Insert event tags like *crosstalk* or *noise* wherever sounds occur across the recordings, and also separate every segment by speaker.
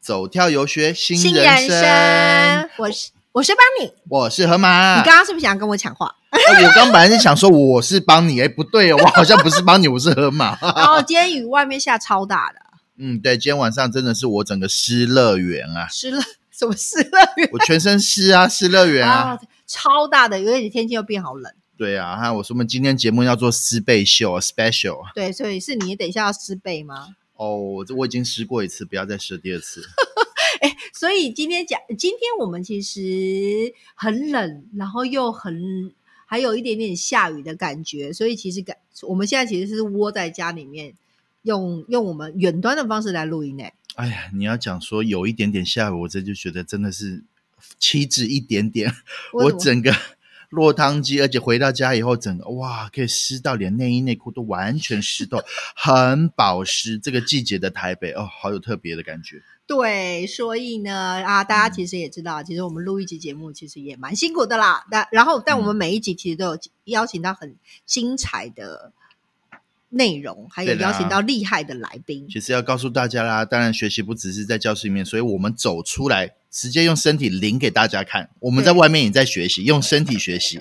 Speaker 1: 走跳游学新
Speaker 2: 新
Speaker 1: 人
Speaker 2: 人生，我是我是帮你，
Speaker 1: 我是河马。
Speaker 2: 你刚刚是不是想跟我抢话？
Speaker 1: 哎我刚本来是想说我是帮你，哎，不对哦，我 *laughs* 好像不是帮你，我是河马。 *laughs*
Speaker 2: 然后今天雨外面下超大的，
Speaker 1: 嗯，对，今天晚上真的是我整个失乐园啊，
Speaker 2: 湿了什么湿了雨
Speaker 1: 我全身湿啊，失乐园
Speaker 2: *laughs*
Speaker 1: 啊，
Speaker 2: 啊，超大的，有点天气又变好冷，
Speaker 1: 对啊，哈，我说我们今天节目要做湿背秀啊，special 啊
Speaker 2: 对，所以是你等一下要湿背吗？
Speaker 1: 哦，这我已经湿过一次，不要再湿第二次。
Speaker 2: 所以今天讲，今天我们其实很冷，然后又很还有一点点下雨的感觉，所以其实感我们现在其实是窝在家里面，用用我们远端的方式来录音欸诶。
Speaker 1: 哎呀，你要讲说有一点点下雨，我这就觉得真的是岂止一点点，我
Speaker 2: 怎么
Speaker 1: 整个 *laughs* 落汤鸡，而且回到家以后，整个哇可以湿到连内衣内裤都完全湿透，很保湿。这个季节的台北哦，好有特别的感觉。
Speaker 2: 对，所以呢啊，
Speaker 1: 嗯
Speaker 2: 大家其实也知道，其实我们录一集节目其实也蛮辛苦的啦。但然后，
Speaker 1: 嗯
Speaker 2: 但我们每一集其实都有邀请到很精彩的内容，还有
Speaker 1: 对啦
Speaker 2: 邀请到厉害的来宾。
Speaker 1: 其实要告诉大家啦，当然学习不只是在教室里面，所以我们走出来，直接用身体淋给大家看。我们在
Speaker 2: 对
Speaker 1: 外面也在学习，用身体学习。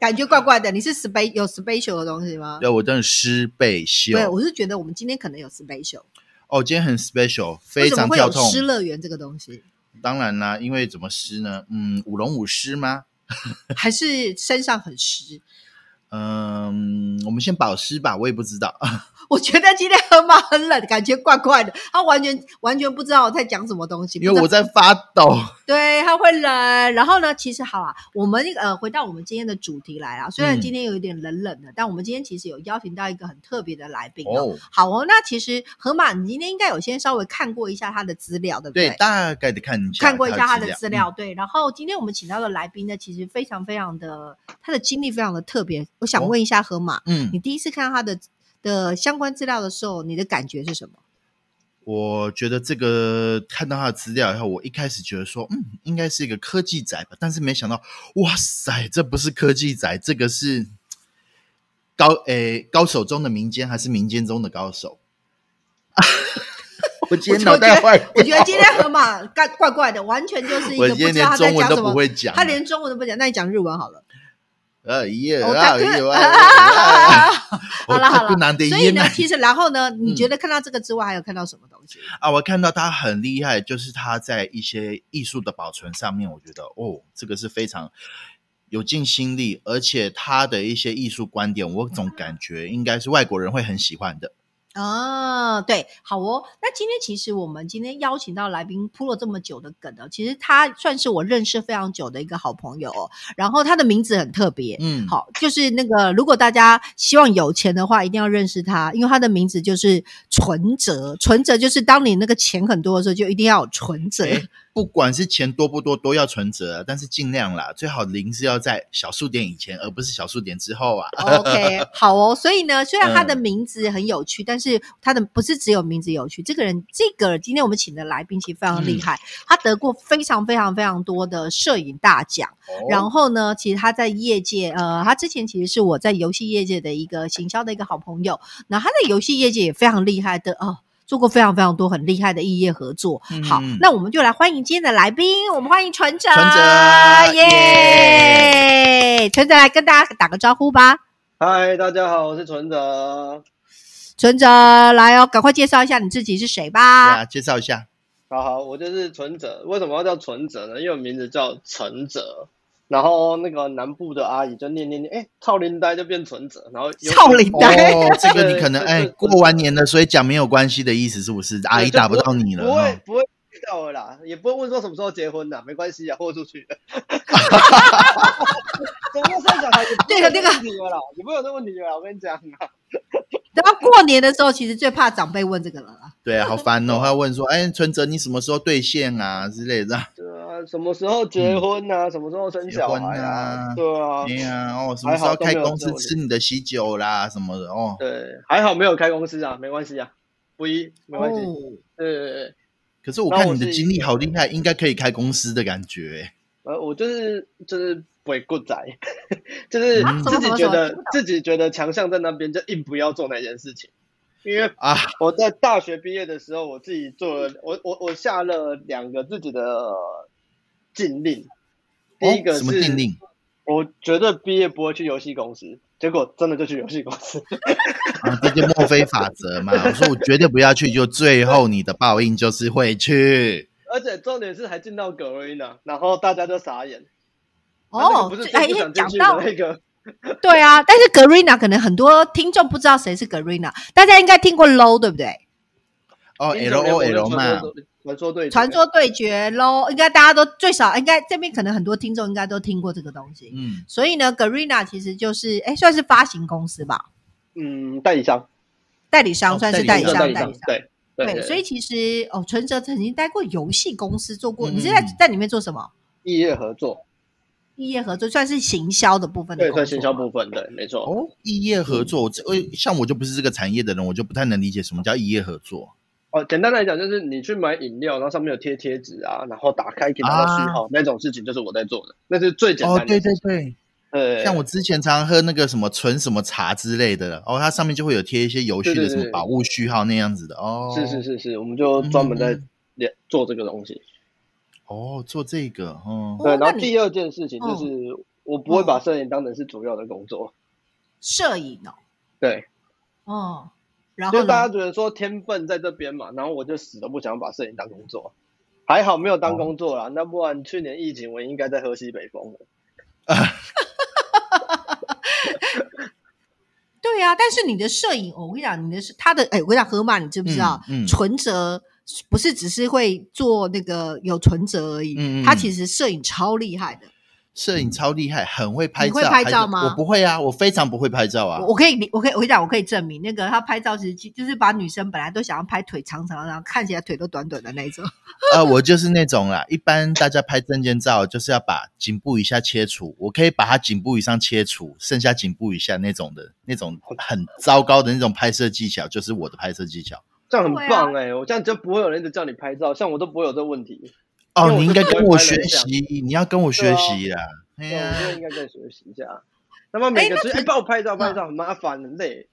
Speaker 2: 感觉怪怪的，你是 space 有 special 的东西吗？
Speaker 1: 对，我真的湿背秀。
Speaker 2: 对，我是觉得我们今天可能有 special，
Speaker 1: 哦，今天很 special，
Speaker 2: 为
Speaker 1: 非
Speaker 2: 什么
Speaker 1: 常
Speaker 2: 会
Speaker 1: 跳
Speaker 2: 有
Speaker 1: 痛。
Speaker 2: 失乐园这个
Speaker 1: *laughs*
Speaker 2: 东西？
Speaker 1: 当然啦，因为怎么湿呢？嗯，舞龙舞狮吗？
Speaker 2: 还是身上很湿？
Speaker 1: 嗯，我们先保湿吧，我也不知道。
Speaker 2: 我觉得今天 *laughs* 河马很冷，感觉怪怪的，他完全完全不知道我在讲什么东西，
Speaker 1: 因
Speaker 2: 不
Speaker 1: 为
Speaker 2: 知
Speaker 1: 我
Speaker 2: 道
Speaker 1: 在发抖。
Speaker 2: 对他会冷。然后呢，其实好啊，我们那个呃，回到我们今天的主题来啊，虽然
Speaker 1: 嗯
Speaker 2: 今天有一点冷冷的，但我们今天其实有邀请到一个很特别的来宾哦。
Speaker 1: 哦，
Speaker 2: 好哦，那其实河马，你今天应该有先稍微看过一下他的资料，对不
Speaker 1: 对，大概的看一下，
Speaker 2: 看过一下他的资
Speaker 1: 资嗯
Speaker 2: 料，对。然后今天我们请到的来宾呢，其实非常非常的，他的经历非常的特别。我想
Speaker 1: 哦
Speaker 2: 问一下河马，
Speaker 1: 嗯。
Speaker 2: 你
Speaker 1: 嗯，
Speaker 2: 第一次看到他的的相关资料的时候，你的感觉是什么？
Speaker 1: 我觉得这个看到他的资料以后，我一开始觉得说，嗯，应该是一个科技仔吧，但是没想到，哇塞，这不是科技仔，这个是高诶高手中的民间，还是民间中的高手？我今天脑袋坏掉
Speaker 2: 我觉得今天河马怪怪怪的，完全就是一
Speaker 1: 我
Speaker 2: 个不
Speaker 1: 今天
Speaker 2: 知
Speaker 1: 连
Speaker 2: 道他在
Speaker 1: 中文
Speaker 2: 讲
Speaker 1: 都
Speaker 2: 什
Speaker 1: 不
Speaker 2: 么。
Speaker 1: 会讲，
Speaker 2: 他连中文都不讲，那你讲日文好了。
Speaker 1: 呃耶
Speaker 2: 我
Speaker 1: 啊
Speaker 2: *laughs* 看
Speaker 1: 耶啊，
Speaker 2: 好了好了， *laughs* 所以呢，其实然后呢，你
Speaker 1: 嗯
Speaker 2: 觉得看到这个之外，还有看到什么东西？
Speaker 1: 啊，我看到他很厉害，就是他在一些艺术的保存上面，我觉得哦，这个是非常有尽心力，而且他的一些艺术观点，我总感觉应该是外国人会很喜欢的。嗯
Speaker 2: 哦，对，好哦。那今天其实我们今天邀请到来宾铺了这么久的梗哦，其实他算是我认识非常久的一个好朋友哦。然后他的名字很特别，
Speaker 1: 嗯，，
Speaker 2: 好，就是那个如果大家希望有钱的话，一定要认识他，因为他的名字就是存折。存折就是当你那个钱很多的时候，就一定要有存折。
Speaker 1: 哎，不管是钱多不多，都要存折啊，但是尽量啦，最好零是要在小数点以前，而不是小数点之后啊。 *laughs*
Speaker 2: OK，好哦。所以呢，虽然他的
Speaker 1: 嗯
Speaker 2: 名字很有趣，但是他的不是只有名字有趣。这个人，这个今天我们请的来宾其实非常
Speaker 1: 嗯
Speaker 2: 厉害，他得过非常非常非常多的摄影大奖。
Speaker 1: 哦
Speaker 2: 然后呢，其实他在业界，呃，他之前其实是我在游戏业界的一个行销的一个好朋友。那他在游戏业界也非常厉害的哦。做过非常非常多很厉害的异业合作，好
Speaker 1: 嗯，
Speaker 2: 那我们就来欢迎今天的来宾，我们欢迎船长，
Speaker 1: 船长
Speaker 2: 耶！船长来跟大家打个招呼吧。
Speaker 3: 嗨，大家好，我是存折。
Speaker 2: 存折来哦，赶快介绍一下你自己是谁吧。
Speaker 1: 啊，介绍一下，
Speaker 3: 好好，我就是存折。为什么要叫存折呢？因为我名字叫存折。然后那个南部的阿姨就念念念，哎，套林呆就变存折，然后有
Speaker 2: 少林
Speaker 1: 哦
Speaker 2: 呆，
Speaker 1: 这个你可能
Speaker 3: 对
Speaker 1: 哎，
Speaker 3: 对对
Speaker 1: 过完年了，所以讲没有关系的意思，是不是？阿姨
Speaker 3: 就
Speaker 1: 打不
Speaker 3: 不
Speaker 1: 到你了，
Speaker 3: 不
Speaker 1: 哈
Speaker 3: 会不会遇到了啦，也不会问说什么时候结婚的，没关系啊，豁出去。怎么生小孩也不会有
Speaker 2: 那个那
Speaker 3: 这
Speaker 2: 个
Speaker 3: 问题了啦，也不会有这问题了啦，我跟你讲啊。
Speaker 2: *laughs* 然后过年的时候，其实最怕长辈问这个了
Speaker 3: *laughs*
Speaker 2: 啦。
Speaker 1: 对啊，好烦哦！他问说：“哎，存折你什么时候兑现啊之类的
Speaker 3: 对啊，什么时候结婚啊？什么时候生小孩
Speaker 1: 结婚啊
Speaker 3: 啊？对？”啊
Speaker 1: 哎，呀，哦，什么时候开公司吃你的喜酒啦什么的哦。
Speaker 3: 对，还好没有开公司啊，没关系啊，不一没关系。对对对，
Speaker 1: 可是我看你的经历好厉害，应该可以开公司的感觉。
Speaker 3: 呃，我就是就是鬼棍仔， *laughs* 就是
Speaker 2: 啊什么
Speaker 3: 自己觉
Speaker 2: 什么什么听
Speaker 3: 得
Speaker 2: 不懂
Speaker 3: 自己觉得强项在那边，就硬不要做那件事情。因为
Speaker 1: 啊，
Speaker 3: 我在大学毕业的时候，我自己做了，我我我下了两个自己的呃禁令。第一个
Speaker 1: 哦
Speaker 3: 是、
Speaker 1: 什么定令？
Speaker 3: 我绝对毕业不会去游戏公司，结果真的就去游戏公司。 *laughs*
Speaker 1: 啊， *laughs* 这就墨菲法则嘛。我说我绝对不要去，就最后你的报应就是会去。
Speaker 3: 而且重点是还进到格瑞娜，然后大家就傻眼。那那个
Speaker 2: 哦
Speaker 3: 不是，
Speaker 2: 哎
Speaker 3: 最不，想进
Speaker 2: 讲
Speaker 3: 去的
Speaker 2: 到
Speaker 3: 那个，
Speaker 2: 对啊，但是 Garena 可能很多听众不知道谁是 Garena，大家应该听过 LO 对不对？
Speaker 1: 哦
Speaker 3: 英
Speaker 1: ，L
Speaker 3: 雄联
Speaker 1: O L
Speaker 3: 盟的传
Speaker 1: 嘛
Speaker 3: 说，对，传说对决
Speaker 2: 传说对决 LO 应该大家都最少，应该这边可能很多听众应该都听过这个东西。
Speaker 1: 嗯，
Speaker 2: 所以呢，Garena 其实就是哎，算是发行公司吧，
Speaker 3: 嗯，代理商，
Speaker 2: 代理商
Speaker 1: 哦
Speaker 2: 算是
Speaker 1: 代
Speaker 2: 代
Speaker 1: 理
Speaker 2: 理
Speaker 1: 商
Speaker 2: 商，
Speaker 3: 代理
Speaker 2: 商。
Speaker 3: 对
Speaker 2: 对，所以其实哦，存折曾经待过游戏公司，做过，你是
Speaker 1: 嗯
Speaker 2: 在在里面做什么？
Speaker 3: 异业合作，
Speaker 2: 异业合作算是行销的部分的
Speaker 3: 对，
Speaker 2: 工作
Speaker 3: 算行销部分，对，没错。
Speaker 1: 哦，异业合作，我这我像我就不是这个产业的人，我就不太能理解什么叫异业合作。
Speaker 3: 哦，简单来讲就是你去买饮料，然后上面有贴贴纸啊，然后打开可以拿到序
Speaker 2: 啊
Speaker 3: 号、那种事情，就是我在做的，那是最简单
Speaker 1: 哦
Speaker 3: 的。，
Speaker 1: 对对对，
Speaker 3: 对，
Speaker 1: 像我之前常常喝那个什么纯什么茶之类的，哦，它上面就会有贴一些游戏
Speaker 3: 对
Speaker 1: 的
Speaker 3: 对
Speaker 1: 什么
Speaker 3: 对
Speaker 1: 宝物序号那样子的。哦，
Speaker 3: 是是，是是，我们就专门在
Speaker 1: 嗯
Speaker 3: 连做这个东西。
Speaker 1: 哦，做这个，哦，
Speaker 2: 哦
Speaker 3: 对，然
Speaker 2: 那
Speaker 3: 后
Speaker 2: 你嗯
Speaker 3: 第二件事情就是，我不会把摄影当成是主要的工作。
Speaker 2: 摄影哦，
Speaker 3: 对，
Speaker 2: 哦，然
Speaker 3: 就
Speaker 2: 后
Speaker 3: 是大
Speaker 2: 呢
Speaker 3: 家？觉得说天分在这边嘛，然后我就死都不想把摄影当工作，还好没有
Speaker 2: 哦
Speaker 3: 当工作啦。那不然去年疫情我应该在喝西北风了。
Speaker 2: 对啊，但是你的摄影，哦我跟你讲，你的是他的，哎，我跟你讲，河马，你知不知道？
Speaker 1: 嗯嗯
Speaker 2: 存折不是只是会做那个有存折而已，
Speaker 1: 嗯嗯嗯
Speaker 2: 他其实摄影超厉害的。
Speaker 1: 摄影超厉害，很会拍照。
Speaker 2: 你会拍照吗
Speaker 1: 还是我不会啊，我非常不会拍照啊
Speaker 2: 我。我可以理，我可以，我跟你讲，我可以证明，那个他拍照时期，就是把女生本来都想要拍腿长长，然后看起来腿都短短的那一种。
Speaker 1: 呃，我就是那种啦，一般大家拍证件照就是要把颈部以下切除，我可以把它颈部以上切除，剩下颈部以下那种的那种很糟糕的那种拍摄技巧，就是我的拍摄技巧。
Speaker 3: 这样很
Speaker 2: 对啊
Speaker 3: 棒哎、我这样就不会有人一直叫你拍照，像我都不会有这问题。
Speaker 1: 哦，
Speaker 3: 因为我
Speaker 1: 你应
Speaker 3: 就
Speaker 1: 该
Speaker 3: 不会
Speaker 1: 跟我
Speaker 3: 拍人
Speaker 1: 学
Speaker 3: 这样
Speaker 1: 习，你要跟我学
Speaker 3: 对啊
Speaker 1: 习啦。哎
Speaker 3: 对，
Speaker 1: 呀
Speaker 3: 我觉得应该再学习一下。那么每个
Speaker 2: 啊哎那
Speaker 3: 就是哎，帮我拍照，拍照很麻烦，很累。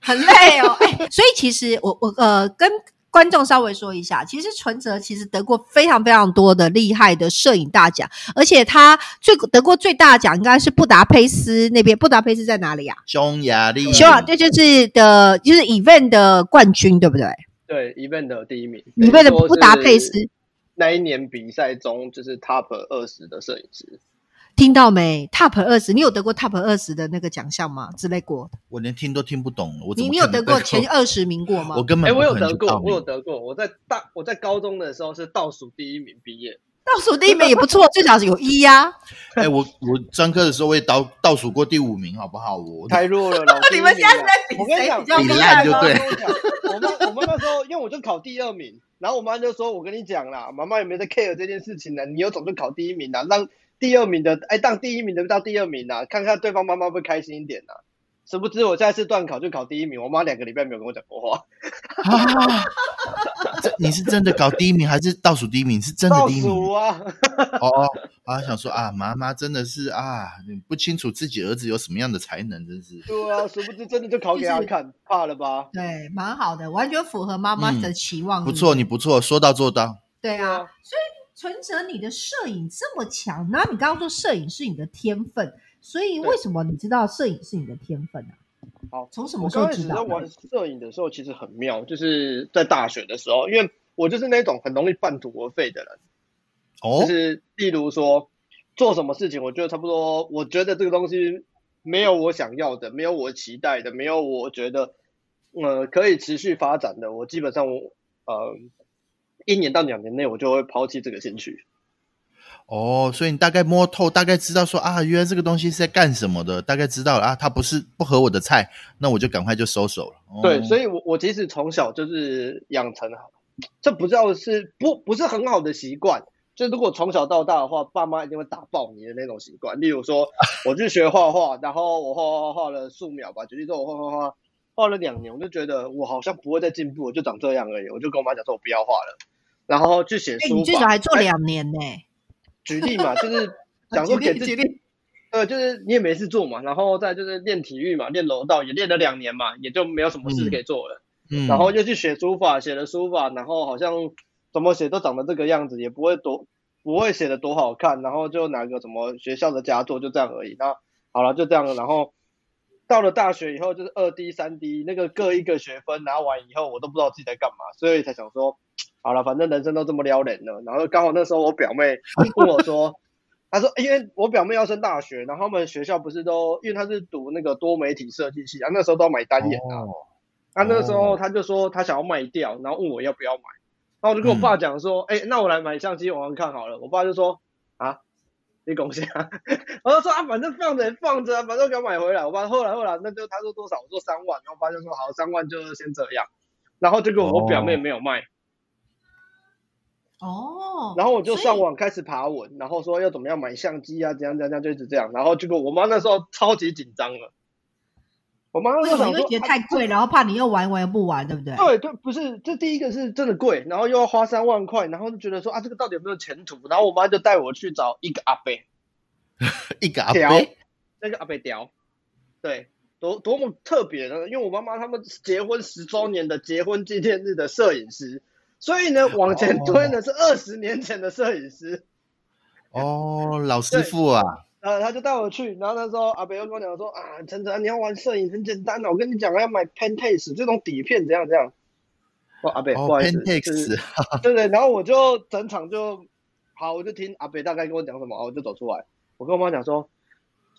Speaker 2: 很累哦。哎、 *laughs* 所以其实我我呃跟观众稍微说一下，其实存折其实得过非常非常多的厉害的摄影大奖，而且他最得过最大的奖应该是布达佩斯那边，布达佩斯在哪里啊？
Speaker 1: 匈牙利，
Speaker 2: 修啊，这就是的，就是 event 的冠军，对不对
Speaker 3: 对，event 的第一名
Speaker 2: ？event 的
Speaker 3: 等于说
Speaker 2: 布达佩斯，
Speaker 3: 是那一年比赛中就是 top 二十的摄影师。
Speaker 2: 听到没？Top 二十，你有得过 Top 二十的那个奖项吗？之类过？
Speaker 1: 我连听都听不懂，我怎
Speaker 2: 你
Speaker 1: 么
Speaker 2: 你有
Speaker 1: 可
Speaker 2: 得
Speaker 1: 能
Speaker 2: 过前二十名过吗
Speaker 1: 我？根
Speaker 3: 哎、
Speaker 1: 本不
Speaker 3: 我有
Speaker 1: 可能
Speaker 3: 得
Speaker 1: 去
Speaker 3: 过，
Speaker 1: 报
Speaker 3: 我有
Speaker 1: 名
Speaker 3: 得过。我在大我在高中的时候是倒数第一名毕业。
Speaker 2: 倒数第一名也不错，最少是有一呀、
Speaker 1: *laughs* 哎、我我专科的时候我也倒倒数过第五名，好不好？我
Speaker 3: 太弱了，老师。
Speaker 2: 你们现在在比
Speaker 3: 我跟你
Speaker 2: 谁
Speaker 3: 讲，
Speaker 2: 比较
Speaker 1: 厉
Speaker 3: 我
Speaker 1: 害吗
Speaker 3: 跟你讲
Speaker 1: *laughs*
Speaker 3: 我们我们那时候，因为我就考第二名，然后我妈就说：“我跟你讲啦，妈妈也没在 care 这件事情呢，你有种就考第一名啦，让第二名的哎，当第一名的到第二名啦，看看对方妈妈会不会开心一点啦。”殊不知我下一次段考就考第一名，我妈两个礼拜没有跟我讲过话，
Speaker 1: 啊， *laughs* 这你是真的搞第一名还是倒数第一名？是真的
Speaker 3: 倒
Speaker 1: 第一名
Speaker 3: 数
Speaker 1: 哦
Speaker 3: 啊，
Speaker 1: 哦啊！想说啊，妈妈真的是啊，不清楚自己儿子有什么样的才能，真是
Speaker 3: 对啊，殊不知真的就考给他看，怕了吧？
Speaker 2: 对，蛮好的，完全符合妈妈的期望。
Speaker 1: 嗯不错，你不错，说到做到。
Speaker 2: 对
Speaker 3: 对
Speaker 2: 啊
Speaker 3: 啊，
Speaker 2: 所以存折你的摄影这么强，然后你刚刚说摄影是你的天分，所以为什么你知道摄影是你的天分呢、啊？
Speaker 3: 好
Speaker 2: 从什
Speaker 3: 我
Speaker 2: 么时
Speaker 3: 刚
Speaker 2: 候
Speaker 3: 开
Speaker 2: 知
Speaker 3: 始
Speaker 2: 道
Speaker 3: 在
Speaker 2: 的？
Speaker 3: 玩摄影的时候，其实很妙，就是在大学的时候，因为我就是那种很容易半途而废的人。
Speaker 1: 哦
Speaker 3: 就，是例如说做什么事情，我觉得差不多，我觉得这个东西没有我想要的，没有我期待的，没有我觉得呃可以持续发展的，我基本上我呃一年到两年内我就会抛弃这个兴趣。
Speaker 1: 哦，所以你大概摸透，大概知道说啊，原来这个东西是在干什么的，大概知道了啊，它不是不合我的菜，那我就赶快就收手了。哦
Speaker 3: *laughs* 对，所以我我其实从小就是养成，这不知道是不不是很好的习惯。就如果从小到大的话，爸妈一定会打爆你的那种习惯。例如说，我去学画画，然后我画画画了素描吧，举例说，我画画画画了两年，我就觉得我好像不会再进步，我就长这样而已。我就跟我妈讲说，我不要画了，然后去写
Speaker 2: 哎、
Speaker 3: 书
Speaker 2: 你
Speaker 3: 法。
Speaker 2: 最少还做
Speaker 3: 哎
Speaker 2: 两年呢、
Speaker 3: 举例嘛，
Speaker 2: *laughs*
Speaker 3: 就是想说
Speaker 2: 举
Speaker 3: 给
Speaker 2: 例
Speaker 3: 自
Speaker 2: 举
Speaker 3: 己
Speaker 2: 例，
Speaker 3: *laughs* 对，就是你也没事做嘛，然后再就是练体育嘛，练柔道也练了两年嘛，也就没有什么事可以做
Speaker 1: 嗯
Speaker 3: 了。然后又去写书法，写了书法，然后好像怎么写都长得这个样子，也不会多不会写的多好看，然后就拿个什么学校的佳作，就这样而已。那好了，就这样了。然后到了大学以后，就是二 D、三 D 那个各一个学分拿完以后，我都不知道自己在干嘛，所以才想说，好了，反正人生都这么撩人了。然后刚好那时候我表妹 *laughs* 问我说。她说：“因为我表妹要升大学，然后他们学校不是都，因为她是读那个多媒体设计系啊，那时候都要买单眼啊，
Speaker 1: 哦
Speaker 3: 他那时候他就说他想要卖掉，然后问我要不要买，然后我就跟我爸讲说，哎、那我来买相机玩玩看好了。我爸就说啊，你拱下， *laughs* 我就说啊，反正放着也放着啊，反正给我买回来。我爸后来后来那就他说多少，我说三万，然后我爸就说好，三万就先这样。然后结果我表妹没有卖，
Speaker 2: 哦，
Speaker 3: 然后我就
Speaker 2: 所以
Speaker 3: 上网开始爬文，然后说要怎么样买相机啊，怎样怎样，怎样就一直这样。然后结果我妈那时候超级紧张了，我妈
Speaker 2: 为
Speaker 3: 那时
Speaker 2: 什
Speaker 3: 候
Speaker 2: 么因为
Speaker 3: 想说啊
Speaker 2: 觉得太贵，然后怕你又玩玩又不玩，对不
Speaker 1: 哎
Speaker 2: 对？
Speaker 3: 对对，不是，这第一个是真的贵，然后又要花三万块，然后就觉得说啊，这个到底有没有前途？然后我妈就带我去找一个阿伯，
Speaker 1: 一个阿伯
Speaker 3: 屌， *laughs* 那个阿伯屌，对，多多么特别呢？因为我妈妈他们结婚十周年的结婚纪念日的摄影师，所以呢，往前推呢是二十年前的摄影师。
Speaker 1: 哦，老师傅
Speaker 3: *laughs*
Speaker 1: 啊，
Speaker 3: 呃，他就带我去，然后那时候阿北又跟我讲说啊，陈晨，你要玩摄影很简单的、哦我跟你讲要买 Pentax 这种底片怎样怎样。哦，阿北，
Speaker 1: 哦
Speaker 3: 不好意思，
Speaker 1: ，Pentax
Speaker 3: 就是对对，然后我就整场就好，我就听阿北大概跟我讲什么，哦我就走出来，我跟我妈讲说，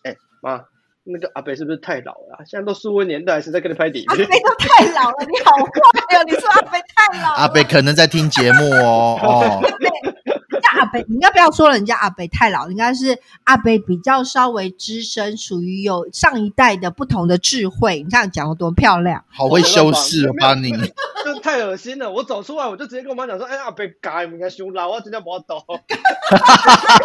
Speaker 3: 哎、妈，那个阿北是不是太老了啊、现在都数位年代，谁在跟你拍
Speaker 2: *laughs*
Speaker 3: 底
Speaker 2: 阿飞
Speaker 3: 片？
Speaker 2: 都太老
Speaker 3: *laughs*
Speaker 2: 了，你好坏哦！你说阿飞太老了，
Speaker 1: 阿伯可能在听节目哦，
Speaker 3: *laughs*
Speaker 1: 哦，
Speaker 2: 人家阿北，你应该不要说人家阿北太老，应该是阿北比较稍微资深，属于有上一代的不同的智慧。你这样讲有多漂亮？
Speaker 1: 好会修饰哦，帮你，
Speaker 3: 这太恶心了！我 *laughs* 走出来，我就直接跟我妈讲说：“哎、阿伯，改应该修老，我真的不懂。”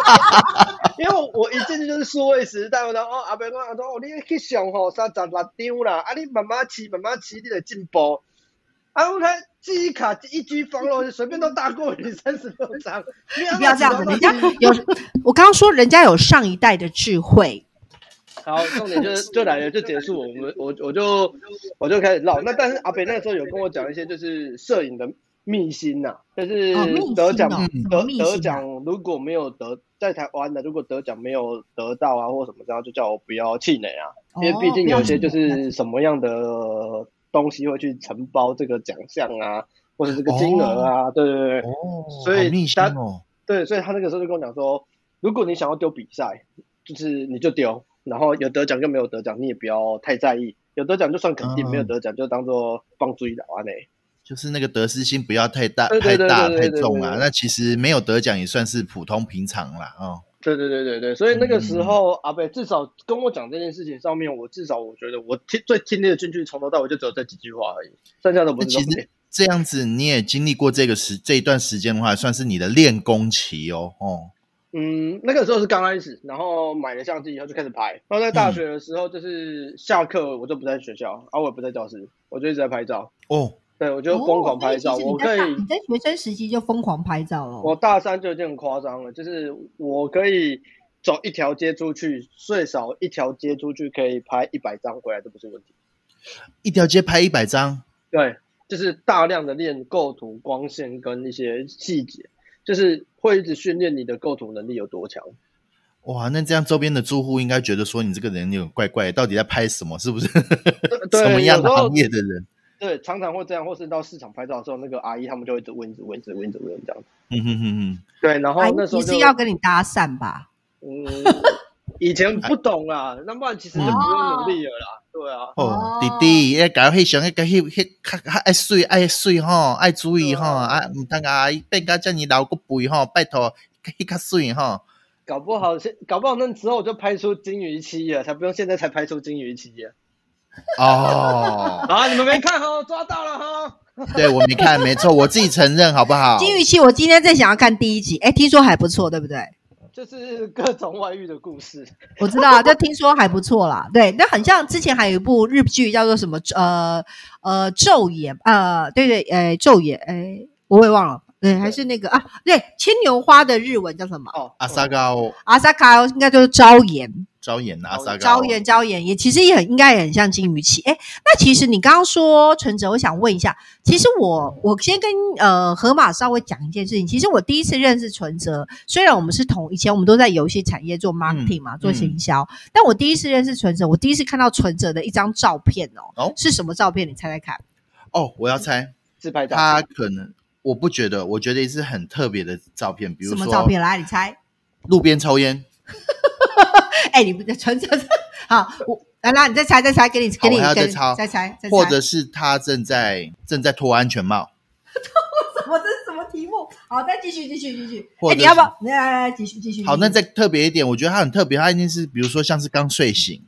Speaker 3: *laughs* 因为我一进去就是数位时代，我讲哦，阿伯跟我讲说：“哦，你去上吼三十六张啦，啊，你慢慢骑，慢慢骑，你得进步。”啊，我看记忆卡一 G 防楼随便都大过你 *laughs* 三十六张，你
Speaker 2: 不要这样子，人家有我刚刚说人家有上一代的智慧，
Speaker 3: 好，重点就是就来了，就结束。我们我我就我就开始唠。那但是阿北那时候有跟我讲一些就是摄影的秘辛呐、就是
Speaker 2: 哦秘辛哦
Speaker 3: 得奖、
Speaker 2: 嗯
Speaker 3: 得
Speaker 2: 秘辛啊
Speaker 3: 得奖如果没有得在台湾的，如果得奖没有得到啊或什么这样，就叫我不要气馁啊，
Speaker 2: 哦
Speaker 3: 因为毕竟有些就是什么样的东西会去承包这个奖项啊，或者这个金额啊，对对对。
Speaker 1: 哦，
Speaker 3: 所以
Speaker 1: 好密心
Speaker 3: 他
Speaker 1: 哦，
Speaker 3: 对，所以他那个时候就跟我讲说，如果你想要丢比赛，就是你就丢，然后有得奖跟没有得奖，你也不要太在意。有得奖就算肯定，
Speaker 1: 嗯
Speaker 3: 没有得奖就当做放追老啊嘞。
Speaker 1: 就是那个得失心不要太大、
Speaker 3: 对
Speaker 1: 太
Speaker 3: 对对
Speaker 1: 大、
Speaker 3: 对
Speaker 1: 太
Speaker 3: 对对
Speaker 1: 重啦。
Speaker 3: 对
Speaker 1: 那其实没有得奖也算是普通平常啦，哦，
Speaker 3: 对对对对对，所以那个
Speaker 2: 嗯
Speaker 3: 时候、阿贝至少跟我讲这件事情上面，我至少我觉得我听最听得进去，从头到尾就只有这几句话而已，剩下的不
Speaker 1: 那
Speaker 3: 是
Speaker 1: 其
Speaker 3: 重点
Speaker 1: 实。这样子你也经历过这个时这一段时间的话，算是你的练功期哦，哦，
Speaker 3: 嗯，那个时候是刚开始，然后买了相机以后就开始拍。然后在
Speaker 2: 嗯
Speaker 3: 大学的时候，就是下课我就不在学校，啊，我也不在教室，我就一直在拍照。
Speaker 1: 哦，
Speaker 3: 对，我就疯狂拍照，
Speaker 2: 哦所以其实
Speaker 3: 我
Speaker 2: 你在
Speaker 3: 可
Speaker 2: 大
Speaker 3: 以
Speaker 2: 你在学生时期就疯狂拍照了。哦
Speaker 3: 我大三就有点夸张了，就是我可以走一条街出去，最少一条街出去可以拍一百张回来，这不是问题。
Speaker 1: 一条街拍一百张，
Speaker 3: 对，就是大量的练构图、光线跟一些细节，就是会一直训练你的构图能力有多
Speaker 1: *laughs*
Speaker 3: 强。
Speaker 1: 哇，那这样周边的住户应该觉得说你这个人有点怪怪，到底在拍什么？是不 *laughs* 是？
Speaker 3: 对
Speaker 1: 什么样
Speaker 3: 有时
Speaker 1: 的
Speaker 3: 候
Speaker 1: 行业的人？
Speaker 3: 对，常常会这样，或是到市场拍照的时候，那个阿姨他们就会一直问、一直问、一直问、一直问这样。
Speaker 1: 嗯哼哼哼，
Speaker 3: 对，然后
Speaker 2: 阿姨
Speaker 3: 那时候
Speaker 2: 哎你
Speaker 3: 就是
Speaker 2: 要跟你搭讪吧？
Speaker 3: 嗯，以前不懂啦，那不然其实就不用努力了啦。对啊。
Speaker 1: 哦
Speaker 2: 哦，
Speaker 1: 弟弟，要搞翕相，要搞翕翕，较较爱水爱水吼，爱注意吼，
Speaker 3: 对啊
Speaker 1: 啊，唔通啊，变甲遮尔老骨肥吼，拜托，翕较水吼。
Speaker 3: 搞不好现，搞不好那时候我就拍出金鱼期了，才不用现在才拍出金鱼期啊！ *laughs*
Speaker 1: 哦，
Speaker 3: 啊，你们没看哦，抓到了哈！
Speaker 1: 对我没看，没错，我自己承认好不好？
Speaker 2: 金玉期，我今天正想要看第一集，哎，听说还不错，对不对？
Speaker 3: 就是各种外遇的故事，
Speaker 2: 我知道啊，就听说还不错啦。对，那很像之前还有一部日剧叫做什么呃呃昼颜呃，对对，呃昼颜，哎，我也忘了，对，还是那个啊，对，牵牛花的日文叫什么？
Speaker 3: 哦，
Speaker 1: 阿萨高，
Speaker 2: 阿萨卡应该就是朝颜，
Speaker 1: 招眼拿撒
Speaker 2: 招眼招眼也其实也很应该也很像金鱼鳍。哎，那其实你刚刚说纯哲，我想问一下，其实我我先跟呃河马稍微讲一件事情。其实我第一次认识纯哲，虽然我们是同以前我们都在游戏产业做 marketing
Speaker 1: 嗯
Speaker 2: 嘛，做行销，但我第一次认识纯哲，我第一次看到纯哲的一张照片哦，
Speaker 1: 哦
Speaker 2: 是什么照片？你猜猜看？
Speaker 1: 哦，我要
Speaker 2: 嗯
Speaker 1: 猜
Speaker 3: 自拍照片。
Speaker 1: 他可能我不觉得，我觉得是很特别的照片，比如
Speaker 2: 什
Speaker 1: 说
Speaker 2: 么照片？来，你猜？ *laughs*
Speaker 1: 路边抽烟，
Speaker 2: 哎，你不在纯哲 *laughs* 好，我来来，你再猜再猜，给你给
Speaker 1: 好
Speaker 2: 你
Speaker 1: 我还要
Speaker 2: 给
Speaker 1: 再
Speaker 2: 你
Speaker 1: 猜哦
Speaker 2: 再猜再猜，
Speaker 1: 或者是他正在正在脱安全帽，
Speaker 2: *laughs* 我这是什么题目？好，再继续，继续，继续。哎、
Speaker 1: 或者
Speaker 2: 你要不要？来来来，继续，继续。
Speaker 1: 好，
Speaker 2: 继
Speaker 1: 那
Speaker 2: 续
Speaker 1: 再特别一点，我觉得他很特别，他一定是比如说像是刚睡醒，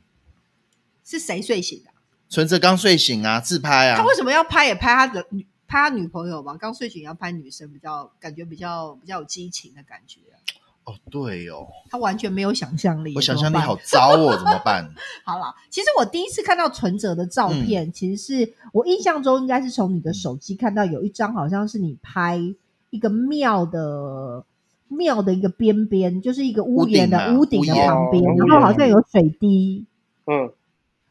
Speaker 2: 是谁睡醒的、
Speaker 1: 存着刚睡醒啊，自拍啊
Speaker 2: 他，为什么要拍？也拍他的女，拍他女朋友吧。刚睡醒要拍女生，比较感觉比较比较有激情的感觉。啊
Speaker 1: 哦对哦，
Speaker 2: 他完全没有想象力，
Speaker 1: 我想象力
Speaker 2: 怎么办
Speaker 1: 好糟哦，怎么
Speaker 2: *laughs*
Speaker 1: 办？
Speaker 2: 好了，其实我第一次看到存折的照片，其实是我印象中应该是从你的手机看到有一张，好像是你拍一个庙的庙的一个边边，就是一个屋檐的屋
Speaker 1: 屋
Speaker 2: 顶
Speaker 1: 顶啊
Speaker 2: 的旁边
Speaker 3: 屋檐，
Speaker 2: 然后好像有水滴，
Speaker 3: 嗯，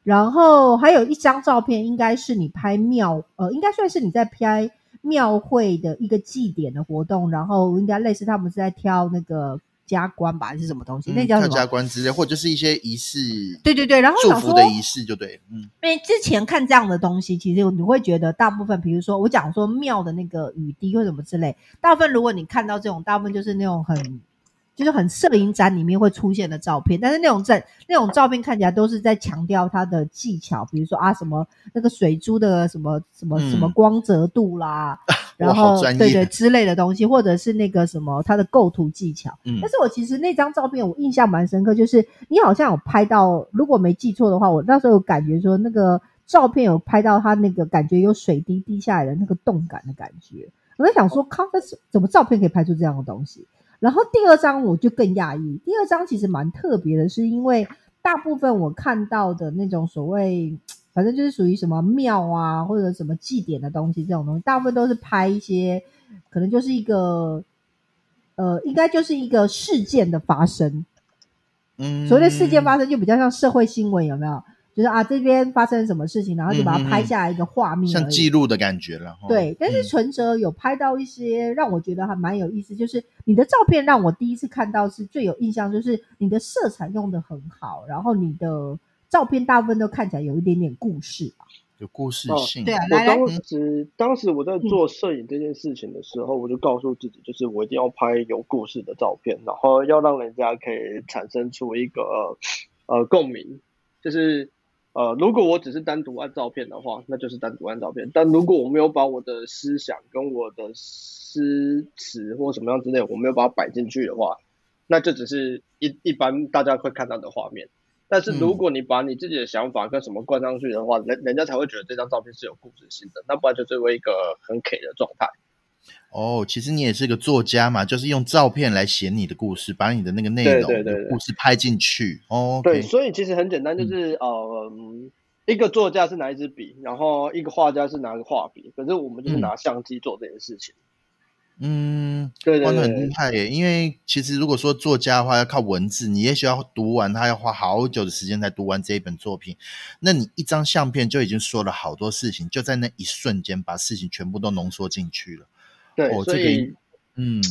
Speaker 2: 然后还有一张照片，应该是你拍庙，呃，应该算是你在拍庙会的一个祭典的活动，然后应该类似他们是在挑那个加官吧，还是什么东西？那
Speaker 1: 嗯
Speaker 2: 叫什
Speaker 1: 跳
Speaker 2: 么？
Speaker 1: 加官之类，或者是一些仪式，
Speaker 2: 对对对，然后我
Speaker 1: 祝
Speaker 2: 想
Speaker 1: 福
Speaker 2: 说，
Speaker 1: 的仪式就对，嗯，
Speaker 2: 因为之前看这样的东西，其实你会觉得大部分，比如说我讲说庙的那个雨滴或什么之类，大部分如果你看到这种，大部分就是那种很。就是很摄影展里面会出现的照片，但是那种在那种照片看起来都是在强调它的技巧，比如说啊什么那个水珠的什么什么什么
Speaker 1: 嗯
Speaker 2: 光泽度啦，然
Speaker 1: *laughs* 哇好
Speaker 2: 后
Speaker 1: 专业
Speaker 2: 对对之类的东西，或者是那个什么它的构图技巧。
Speaker 1: 嗯
Speaker 2: 但是我其实那张照片我印象蛮深刻，就是你好像有拍到，如果没记错的话，我那时候有感觉说那个照片有拍到它那个感觉有水滴滴下来的那个动感的感觉。我在想说，靠，这是怎么照片可以拍出这样的东西？然后第二张我就更讶异，第二张其实蛮特别的，是因为大部分我看到的那种所谓，反正就是属于什么庙啊或者什么祭典的东西这种东西，大部分都是拍一些，可能就是一个，呃，应该就是一个事件的发生。
Speaker 1: 嗯，
Speaker 2: 所谓的事件发生，就比较像社会新闻，有没有？就是啊，这边发生什么事情，然后就把它拍下来一个画面而已，
Speaker 1: 像记录的感觉了，哦
Speaker 2: 对，但是
Speaker 1: 嗯
Speaker 2: 存折有拍到一些让我觉得还蛮有意思，就是你的照片让我第一次看到是最有印象，就是你的色彩用的很好，然后你的照片大部分都看起来有一点点故事吧。
Speaker 1: 有故事
Speaker 3: 哦
Speaker 1: 性，
Speaker 2: 对啊，
Speaker 3: 我
Speaker 2: 来嗯来，
Speaker 3: 当时当时我在做摄影这件事情的时候，我就告诉自己，就是我一定要拍有故事的照片，然后要让人家可以产生出一个呃共鸣，就是呃，如果我只是单独按照片的话，那就是单独按照片；但如果我没有把我的思想跟我的诗词或什么样之类，我没有把它摆进去的话，那就只是一一般大家会看到的画面。但是如果你把你自己的想法跟什么灌上去的话，人人家才会觉得这张照片是有故事性的，那不然就是会一个很 K 的状态。
Speaker 1: 哦，其实你也是个作家嘛，就是用照片来写你的故事，把你的那个内
Speaker 3: 对
Speaker 1: 容、
Speaker 3: 对对
Speaker 1: 你的
Speaker 3: 对
Speaker 1: 故事拍进去。哦，
Speaker 3: 对，所以其实很简单，就是、呃，嗯一个作家是拿一支笔，然后一个画家是拿个画笔，可是我们就是嗯拿相机做这件事情。
Speaker 1: 嗯，
Speaker 3: 对
Speaker 1: 哇，
Speaker 3: 对
Speaker 1: 那
Speaker 3: 对
Speaker 1: 很厉害耶！因为其实如果说作家的话，要靠文字，你也许要读完，他要花好久的时间才读完这一本作品。那你一张相片就已经说了好多事情，就在那一瞬间把事情全部都浓缩进去了。
Speaker 3: 对，
Speaker 1: 哦，
Speaker 3: 所
Speaker 1: 这个
Speaker 3: 以。
Speaker 1: 一，嗯，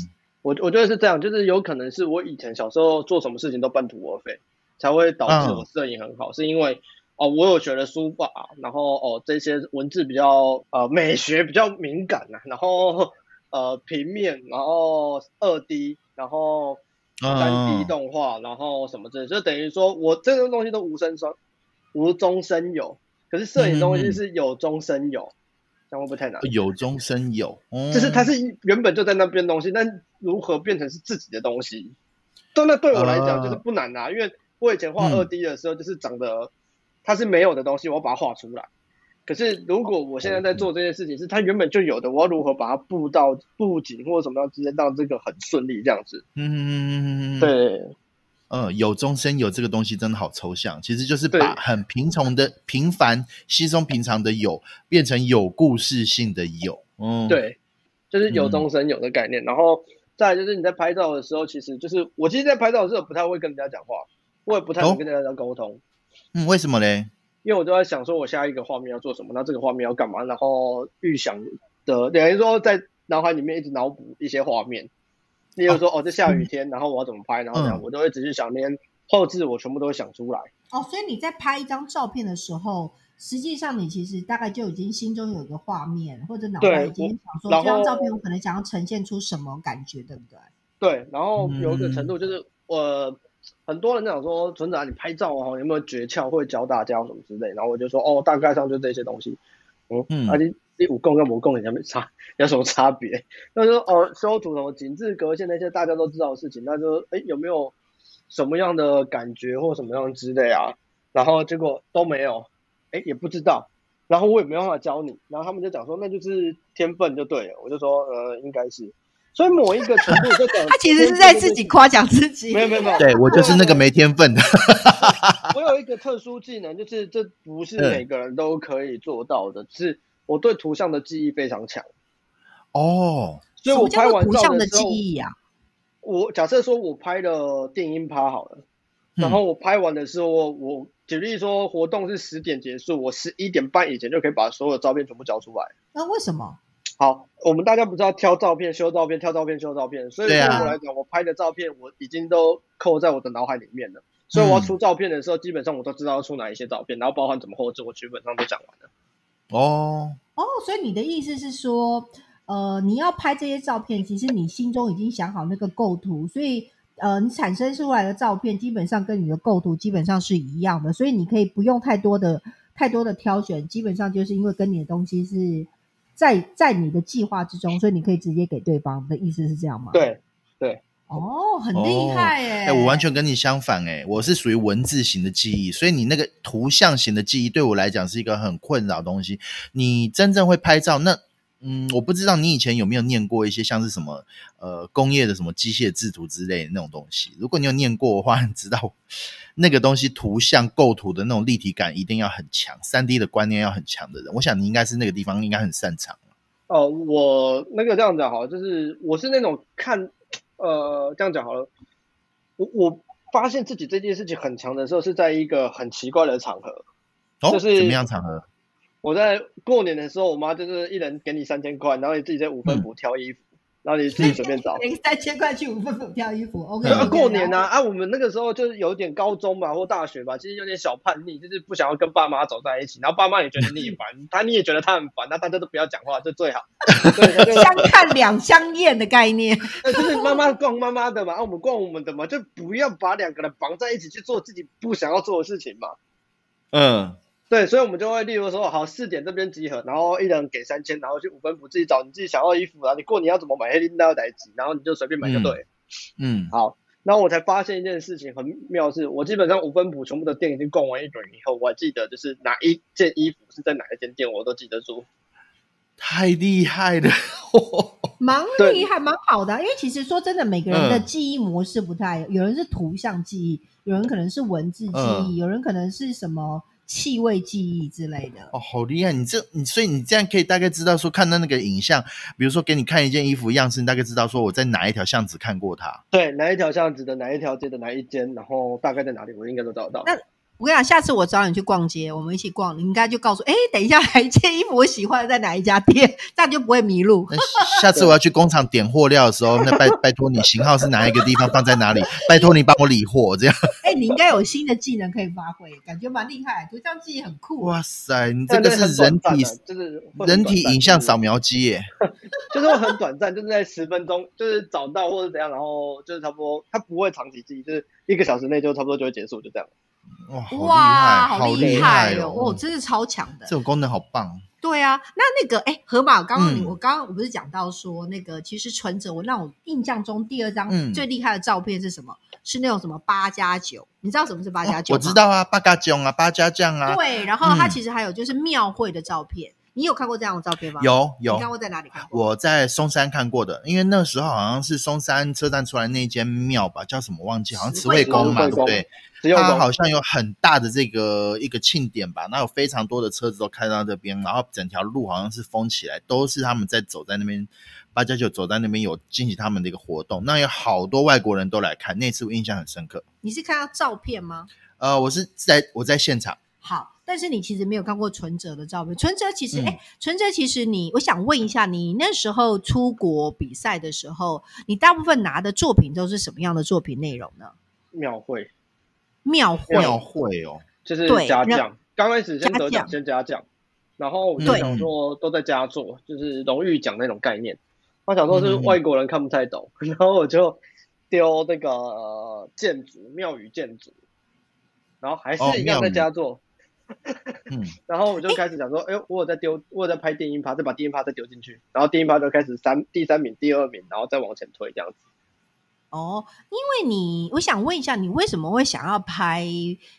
Speaker 3: 我我觉得是这样，就是有可能是我以前小时候做什么事情都半途而废，才会导致
Speaker 1: 嗯
Speaker 3: 我摄影很好，是因为哦，我有学了书法，然后哦这些文字比较呃美学比较敏感呐、然后呃平面，然后二 D，然后三
Speaker 1: 嗯
Speaker 3: D 动画，然后什么之类，就等于说我这种东西都无声生无中生有，可是摄影东
Speaker 1: 嗯嗯
Speaker 3: 西
Speaker 1: 嗯
Speaker 3: 是有中生有，这样会不会太难？
Speaker 1: 有中生有，哦、
Speaker 3: 就是它是原本就在那边的东西，但如何变成是自己的东西？但那对我来讲
Speaker 1: 啊
Speaker 3: 就是不难啊，因为我以前画
Speaker 1: 嗯
Speaker 3: 二 D 的时候，就是长得它是没有的东西，我要把它画出来。可是如果我现在在做这件事情，是它原本就有的，我要如何把它布到布景或者什么样之间，让这个很顺利这样子？
Speaker 1: 嗯，
Speaker 3: 对，
Speaker 1: 嗯，有中生有这个东西真的好抽象，其实就是
Speaker 3: 对
Speaker 1: 把很平常的、平凡、稀松平常的有变成有故事性的有。嗯，，
Speaker 3: 对，就是有
Speaker 1: 嗯
Speaker 3: 中生有的概念。然后再来就是你在拍照的时候，其实就是我其实，在拍照的时候不太会跟人家讲话，我也不
Speaker 1: 哦
Speaker 3: 太能跟大家沟通，
Speaker 1: 嗯，为什么嘞？
Speaker 3: 因为我都在想说我下一个画面要做什么，那这个画面要干嘛，然后预想的等于说在脑海里面一直脑补一些画面，例如说哦这下雨天，然后我要怎么拍，然后怎样，
Speaker 1: 嗯
Speaker 3: 我都会只是想连后置我全部都会想出来。
Speaker 2: 哦，所以你在拍一张照片的时候，实际上你其实大概就已经心中有一个画面，或者脑袋
Speaker 3: 对
Speaker 2: 已经想说
Speaker 3: 我
Speaker 2: 这张
Speaker 3: 然后
Speaker 2: 照片我可能想要呈现出什么感觉，对不对？
Speaker 3: 对，然后有一个程度就是，呃，很多人讲说，村长你拍照啊，有没有诀窍会教大家什么之类，然后我就说，哦，大概上就这些东西。嗯，
Speaker 1: 嗯
Speaker 3: 啊你你五供跟五供有没有差 *laughs* 有什么差别？ *laughs* 那就说哦，修图什么紧致格线那些大家都知道的事情，那就哎有没有什么样的感觉或什么样之类啊？然后结果都没有，哎也不知道，然后我也没办法教你，然后他们就讲说那就是天分就对了，我就说呃应该是，所以某一个程度就
Speaker 2: *laughs*
Speaker 3: 讲
Speaker 2: 他其实是在自己夸奖自己。
Speaker 3: 没有没有没有，
Speaker 1: 对我就是那个没天分的，
Speaker 3: *laughs*
Speaker 1: *laughs*
Speaker 3: 我有一个特殊技能，就是这不
Speaker 1: 嗯
Speaker 3: 是每个人都可以做到的，是我对图像的记忆非常强，
Speaker 1: 哦，
Speaker 3: 所以
Speaker 2: 什
Speaker 3: 我
Speaker 2: 么
Speaker 3: 拍
Speaker 2: 叫做
Speaker 3: 完
Speaker 2: 图
Speaker 3: 照
Speaker 2: 像的
Speaker 3: 时
Speaker 2: 记
Speaker 3: 候，
Speaker 2: 忆啊？
Speaker 3: 我假设说我拍了电音趴好了，
Speaker 2: 嗯
Speaker 3: 然后我拍完的时候，我举例说活动是十点结束，我十一点半以前就可以把所有照片全部交出来。
Speaker 2: 那为什么？
Speaker 3: 好，我们大家不知道挑照片、修照片、挑照片、修照片，所以
Speaker 1: 对
Speaker 3: 对
Speaker 1: 啊
Speaker 3: 我来讲，我拍的照片我已经都扣在我的脑海里面了。所以
Speaker 2: 嗯
Speaker 3: 我要出照片的时候，基本上我都知道要出哪一些照片，然后包含怎么后置，我基本上都讲完了。
Speaker 1: 哦，
Speaker 2: 哦，所以你的意思是说，呃，你要拍这些照片，其实你心中已经想好那个构图，所以呃，你产生出来的照片基本上跟你的构图基本上是一样的，所以你可以不用太多的太多的挑选，基本上就是因为跟你的东西是在在你的计划之中，所以你可以直接给对方的意思是这样吗？，
Speaker 3: 对，
Speaker 2: 哦，很厉害哎、
Speaker 1: 哎、我完全跟你相反哎、我是属于文字型的记忆，所以你那个图像型的记忆对我来讲是一个很困扰的东西。你真正会拍照，那嗯，我不知道你以前有没有念过一些像是什么呃工业的什么机械制图之类的那种东西。如果你有念过的话，你知道那个东西图像构图的那种立体感一定要很强，三 D 的观念要很强的人，我想你应该是那个地方应该很擅长。
Speaker 3: 哦，我那个这样讲好了，就是我是那种看，呃，这样讲好了，我我发现自己这件事情很强的时候，是在一个很奇怪的场合。
Speaker 1: 哦，
Speaker 3: 就是
Speaker 1: 怎么样场合？
Speaker 3: 我在过年的时候，我妈就是一人给你三千块，然后你自己在五分埔挑衣服，然后你自己随便找。
Speaker 2: 零 *laughs* 三千块去五分粉挑衣服，OK，
Speaker 1: 嗯
Speaker 3: 呃 *laughs* 过年
Speaker 2: 呢、
Speaker 3: 啊啊，我们那个时候就是有点高中吧或大学吧，其实有点小叛逆，就是不想要跟爸妈走在一起，然后爸妈也觉得你很烦， *laughs* 他你也觉得他很烦，那大家都不要讲话，就最好。对，他就
Speaker 2: 相看两相厌的概念，
Speaker 3: *laughs* 那哎就是妈妈逛妈妈的嘛，啊，我们逛我们的嘛，就不要把两个人绑在一起去做自己不想要做的事情嘛。
Speaker 1: 嗯，
Speaker 3: 对，所以我们就会例如说，好，四点这边集合，然后一人给三千，然后去五分埔自己找你自己想要的衣服啊，你过年要怎么买，黑拎到哪集，然后你就随便买就对。
Speaker 1: 嗯，
Speaker 3: 好，然后我才发现一件事情很妙是，我基本上五分埔全部的店已经逛完一轮以后，我还记得就是哪一件衣服是在哪一间店，我都记得住。
Speaker 1: 太厉害了。
Speaker 2: 蛮
Speaker 3: 对
Speaker 2: 厉害，蛮好的啊、因为其实说真的，每个人的
Speaker 1: 嗯
Speaker 2: 记忆模式不太，有人是图像记忆，有人可能是文字记忆，
Speaker 1: 嗯
Speaker 2: 有人可能是什么气味记忆之类的。
Speaker 1: 哦，好厉害！你这你所以你这样可以大概知道说，看到那个影像，比如说给你看一件衣服样式，你大概知道说我在哪一条巷子看过它。
Speaker 3: 对，哪一条巷子的哪一条街的哪一间，然后大概在哪里，我应该都找得到。
Speaker 2: 那我跟你讲，下次我找你去逛街，我们一起逛，你应该就告诉，哎，等一下哪一件衣服我喜欢在哪一家店，这样就不会
Speaker 1: *laughs*
Speaker 2: 迷路。
Speaker 1: 那下次我要去工厂点货料的时候，那拜拜托你型号是哪一个地方放在哪里？拜托你帮我理货，这样。
Speaker 2: 哎，你应该有新的技能可以发挥，感觉蛮厉害，图像记忆很酷。啊
Speaker 1: 哇塞，你这
Speaker 3: 但
Speaker 1: 个
Speaker 3: 很
Speaker 1: 是人
Speaker 3: 短
Speaker 1: 体
Speaker 3: 暂的就是会很
Speaker 1: 人体
Speaker 3: 短暂
Speaker 1: 影像
Speaker 3: 就是
Speaker 1: 扫描机耶！
Speaker 3: 就是会很短暂，就是在十分钟，就是找到或者怎样，然后就是差不多，它不会长期记忆，就是一个小时内就差不多就会结束，就这样。
Speaker 1: 哇，好厉
Speaker 2: 哇，
Speaker 1: 害，
Speaker 2: 好
Speaker 1: 厉
Speaker 2: 害
Speaker 1: 哦！
Speaker 2: 哦，真是超强的
Speaker 1: 这。种功能好棒。
Speaker 2: 对啊，那那个哎，河马，刚刚你、
Speaker 1: 嗯
Speaker 2: 我刚刚我不是讲到说那个，其实存折我让我印象中第二张
Speaker 1: 嗯
Speaker 2: 最厉害的照片是什么？是那种什么八加九，你知道什么是
Speaker 1: 哦
Speaker 2: 八加九？
Speaker 1: 我知。道啊，八嘎囧啊，八家酱啊，
Speaker 2: 对，然后它
Speaker 1: 嗯
Speaker 2: 其实还有就是庙会的照片，你有看过这样的照片吗？
Speaker 1: 有有
Speaker 2: 你看，过在哪里看过？
Speaker 1: 我在松山看过的，因为那时候好像是松山车站出来那间庙吧，叫什么忘记，好像
Speaker 2: 慈
Speaker 1: 慈
Speaker 2: 惠
Speaker 1: 惠宫嘛，
Speaker 3: 宫
Speaker 1: 对不对？
Speaker 3: 只有
Speaker 1: 它
Speaker 3: 龙
Speaker 1: 好像有很大的这个一个庆典吧，那有非常多的车子都开到这边，然后整条路好像是封起来，都是他们在走在那边，八加九走在那边有进行他们的一个活动，那有好多外国人都来看，那次我印象很深刻。
Speaker 2: 你是看到照片吗？
Speaker 1: 呃，我是在我在现场，
Speaker 2: 好，但是你其实没有看过存折的照片。存折其实，
Speaker 1: 嗯
Speaker 2: 哎、存折其实你，我想问一下，你那时候出国比赛的时候，你大部分拿的作品都是什么样的作品内容呢？
Speaker 3: 庙会，
Speaker 2: 庙会，
Speaker 1: 庙会哦，
Speaker 3: 就是
Speaker 2: 对
Speaker 3: 嘉
Speaker 2: 那
Speaker 3: 奖。刚开始先
Speaker 2: 嘉奖
Speaker 3: 得奖，先嘉奖，然后我就
Speaker 2: 对
Speaker 3: 想说都在家做，就是荣誉奖那种概念。我想说是
Speaker 1: 嗯嗯嗯
Speaker 3: 外国人看不太懂， *laughs* 然后我就丢那个呃建筑庙宇建筑，然后还
Speaker 1: 哦
Speaker 3: 是一样在
Speaker 1: 庙宇
Speaker 3: 家做。
Speaker 1: 嗯，
Speaker 3: *laughs* 然后我就开始想说，哎、我有在丢，我有在拍电音趴，再把电音趴再丢进去，然后电音趴就开始三第三名、第二名，然后再往前推这样子。
Speaker 2: 哦，因为你，我想问一下，你为什么会想要拍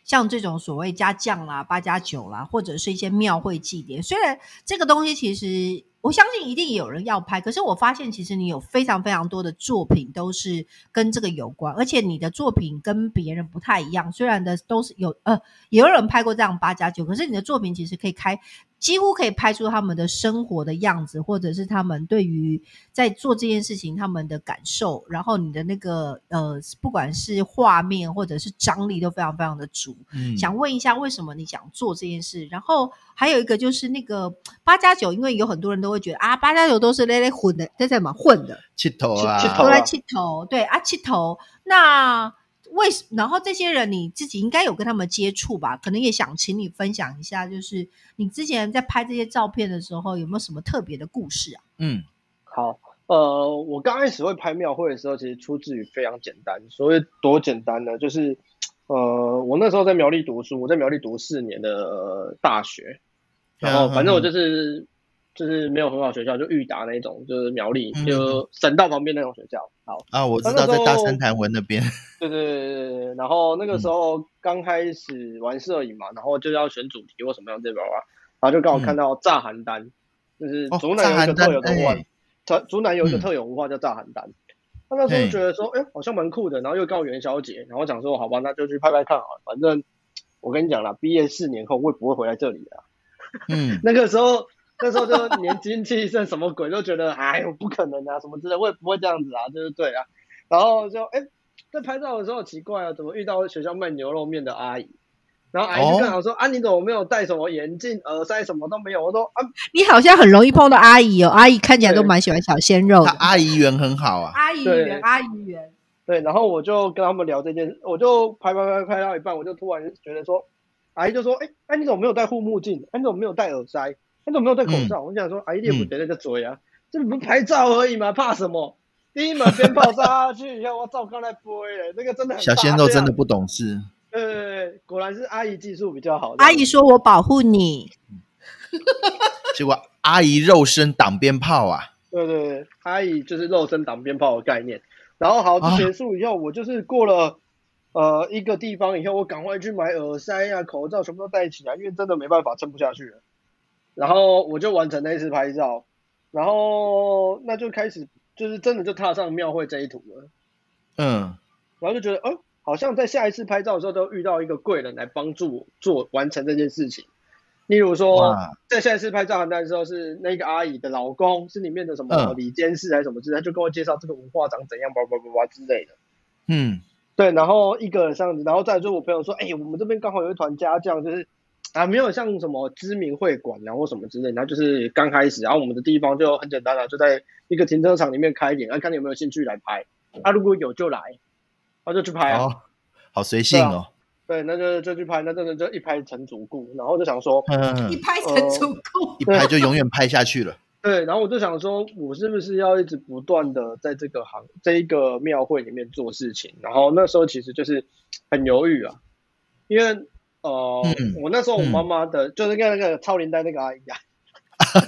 Speaker 2: 像这种所谓家将啦、八加九啦，或者是一些庙会祭典？虽然这个东西其实我相信一定有人要拍，可是我发现其实你有非常非常多的作品都是跟这个有关，而且你的作品跟别人不太一样。虽然的都是有呃，也有人拍过这样八加九，可是你的作品其实可以开几乎可以拍出他们的生活的样子，或者是他们对于在做这件事情他们的感受，然后你的那个呃，不管是画面或者是张力都非常非常的足。
Speaker 1: 嗯，
Speaker 2: 想问一下，为什么你想做这件事？然后还有一个就是那个八加九，因为有很多人都会觉得啊，八加九都是勒勒混的，在在嘛混的，
Speaker 1: 气头啊，
Speaker 3: 气头
Speaker 2: 都
Speaker 3: 啊
Speaker 2: 在气头，对啊，气头。那为什然后这些人你自己应该有跟他们接触吧？可能也想请你分享一下，就是你之前在拍这些照片的时候，有没有什么特别的故事啊？
Speaker 1: 嗯
Speaker 3: 好，呃，我刚开始会拍庙会的时候，其实出自于非常简单。所谓多简单呢，就是呃，我那时候在苗栗读书，我在苗栗读四年的、呃大学，然
Speaker 1: 嗯
Speaker 3: 后哦反正我就是、就是没有很好学校，就裕达那种，就是苗栗
Speaker 1: 嗯
Speaker 3: 就省道旁边那种学校。好，
Speaker 1: 啊，我知
Speaker 3: 那
Speaker 1: 道在
Speaker 3: 时
Speaker 1: 大
Speaker 3: 候
Speaker 1: 三潭文那边，
Speaker 3: 对对对对对对，然后
Speaker 1: 嗯
Speaker 3: 那个时候刚开始玩摄影嘛，然后就要选主题或什么样这边啊，然后就刚好看到炸邯郸，就是
Speaker 1: 嗯哦
Speaker 3: 竹南有一个
Speaker 1: 炸邯郸
Speaker 3: 特有的文化
Speaker 1: 哎，
Speaker 3: 竹、竹南有一个
Speaker 1: 嗯
Speaker 3: 特有文化叫炸邯郸。他那时候
Speaker 1: 嘿
Speaker 3: 觉得说，哎、好像蛮酷的，然后又刚好元宵节，然后想说，好吧，那就去拍拍看好了，反正我跟你讲啦，毕业四年后会不会回来这里啊？
Speaker 1: 嗯，
Speaker 3: 那个时候，那时候就年轻气盛，什么鬼都觉得，哎呦，不可能啊，什么之类，我也不会这样子啊，就是对啊。然后就，哎、在拍照的时候奇怪啊，怎么遇到学校卖牛肉面的阿姨？然后阿姨就看我说、
Speaker 1: 哦
Speaker 3: 啊，你怎么没有戴什么眼镜、耳塞，什么都没有？我说啊，
Speaker 2: 你好像很容易碰到阿姨哦，阿姨看起来都蛮喜欢小鲜肉
Speaker 1: 他
Speaker 2: 的。
Speaker 1: 阿姨缘很好
Speaker 3: *laughs*
Speaker 1: 啊，
Speaker 2: 阿姨
Speaker 3: 对
Speaker 2: 缘，阿姨缘，
Speaker 3: 对。然后我就跟他们聊这件事，我就拍拍拍拍到一半，我就突然觉得说，阿姨就说，哎、哎、你怎么没有戴护目镜？哎、你怎么没有戴耳塞？哎、你怎么没有戴口罩？
Speaker 1: 嗯
Speaker 3: 我就想说，阿姨你也不觉得在追啊，这不是拍照而已嘛，怕什么？第一门鞭炮炸下去以后，我照刚才播了，那个真的很
Speaker 1: 小鲜
Speaker 3: 大
Speaker 1: 肉
Speaker 3: 量
Speaker 1: 真的，不懂事，
Speaker 3: 呃，果然是阿姨技术比较好。
Speaker 2: 阿姨说：“我保护你。
Speaker 1: 结果阿姨肉身挡鞭炮啊，
Speaker 3: 对对对，阿姨就是肉身挡鞭炮的概念。然后好
Speaker 1: 啊
Speaker 3: 结束以后，我就是过了呃一个地方以后，我赶快去买耳塞啊、口罩，全部都戴起来，因为真的没办法撑不下去了。然后我就完成那一次拍照，然后那就开始就是真的就踏上庙会这一途了。
Speaker 1: 嗯，
Speaker 3: 然后就觉得，哦，好像在下一次拍照的时候都遇到一个贵人来帮助我做完成这件事情。例如说
Speaker 1: 哇，
Speaker 3: 在下一次拍照邯郸的时候，是那个阿姨的老公是里面的什么
Speaker 1: 嗯
Speaker 3: 李监事还是什么之类，他就跟我介绍这个文化长怎样，叭叭叭叭之类的。
Speaker 1: 嗯，
Speaker 3: 对，然后一个这样子，然后再来就是我朋友说，哎、我们这边刚好有一团家将，就是啊，没有像什么知名会馆然后什么之类，然后就是刚开始，然后我们的地方就很简单了、就在一个停车场里面开一点，啊，看你有没有兴趣来拍，啊，如果有就来，那、就去拍啊。
Speaker 1: 哦，好随性哦，
Speaker 3: 对，那就就去拍，那真的就一拍成主顾，然后就想说，
Speaker 2: 一
Speaker 1: 嗯，
Speaker 2: 拍成主顾，
Speaker 1: 一拍就永远拍下去了， *laughs*
Speaker 3: 对，然后我就想说，我是不是要一直不断的在这个行这一个庙会里面做事情？然后那时候其实就是很犹豫啊，因为呃，
Speaker 1: 嗯
Speaker 3: 我那时候我妈妈的，就是跟那个超龄带那个阿姨啊，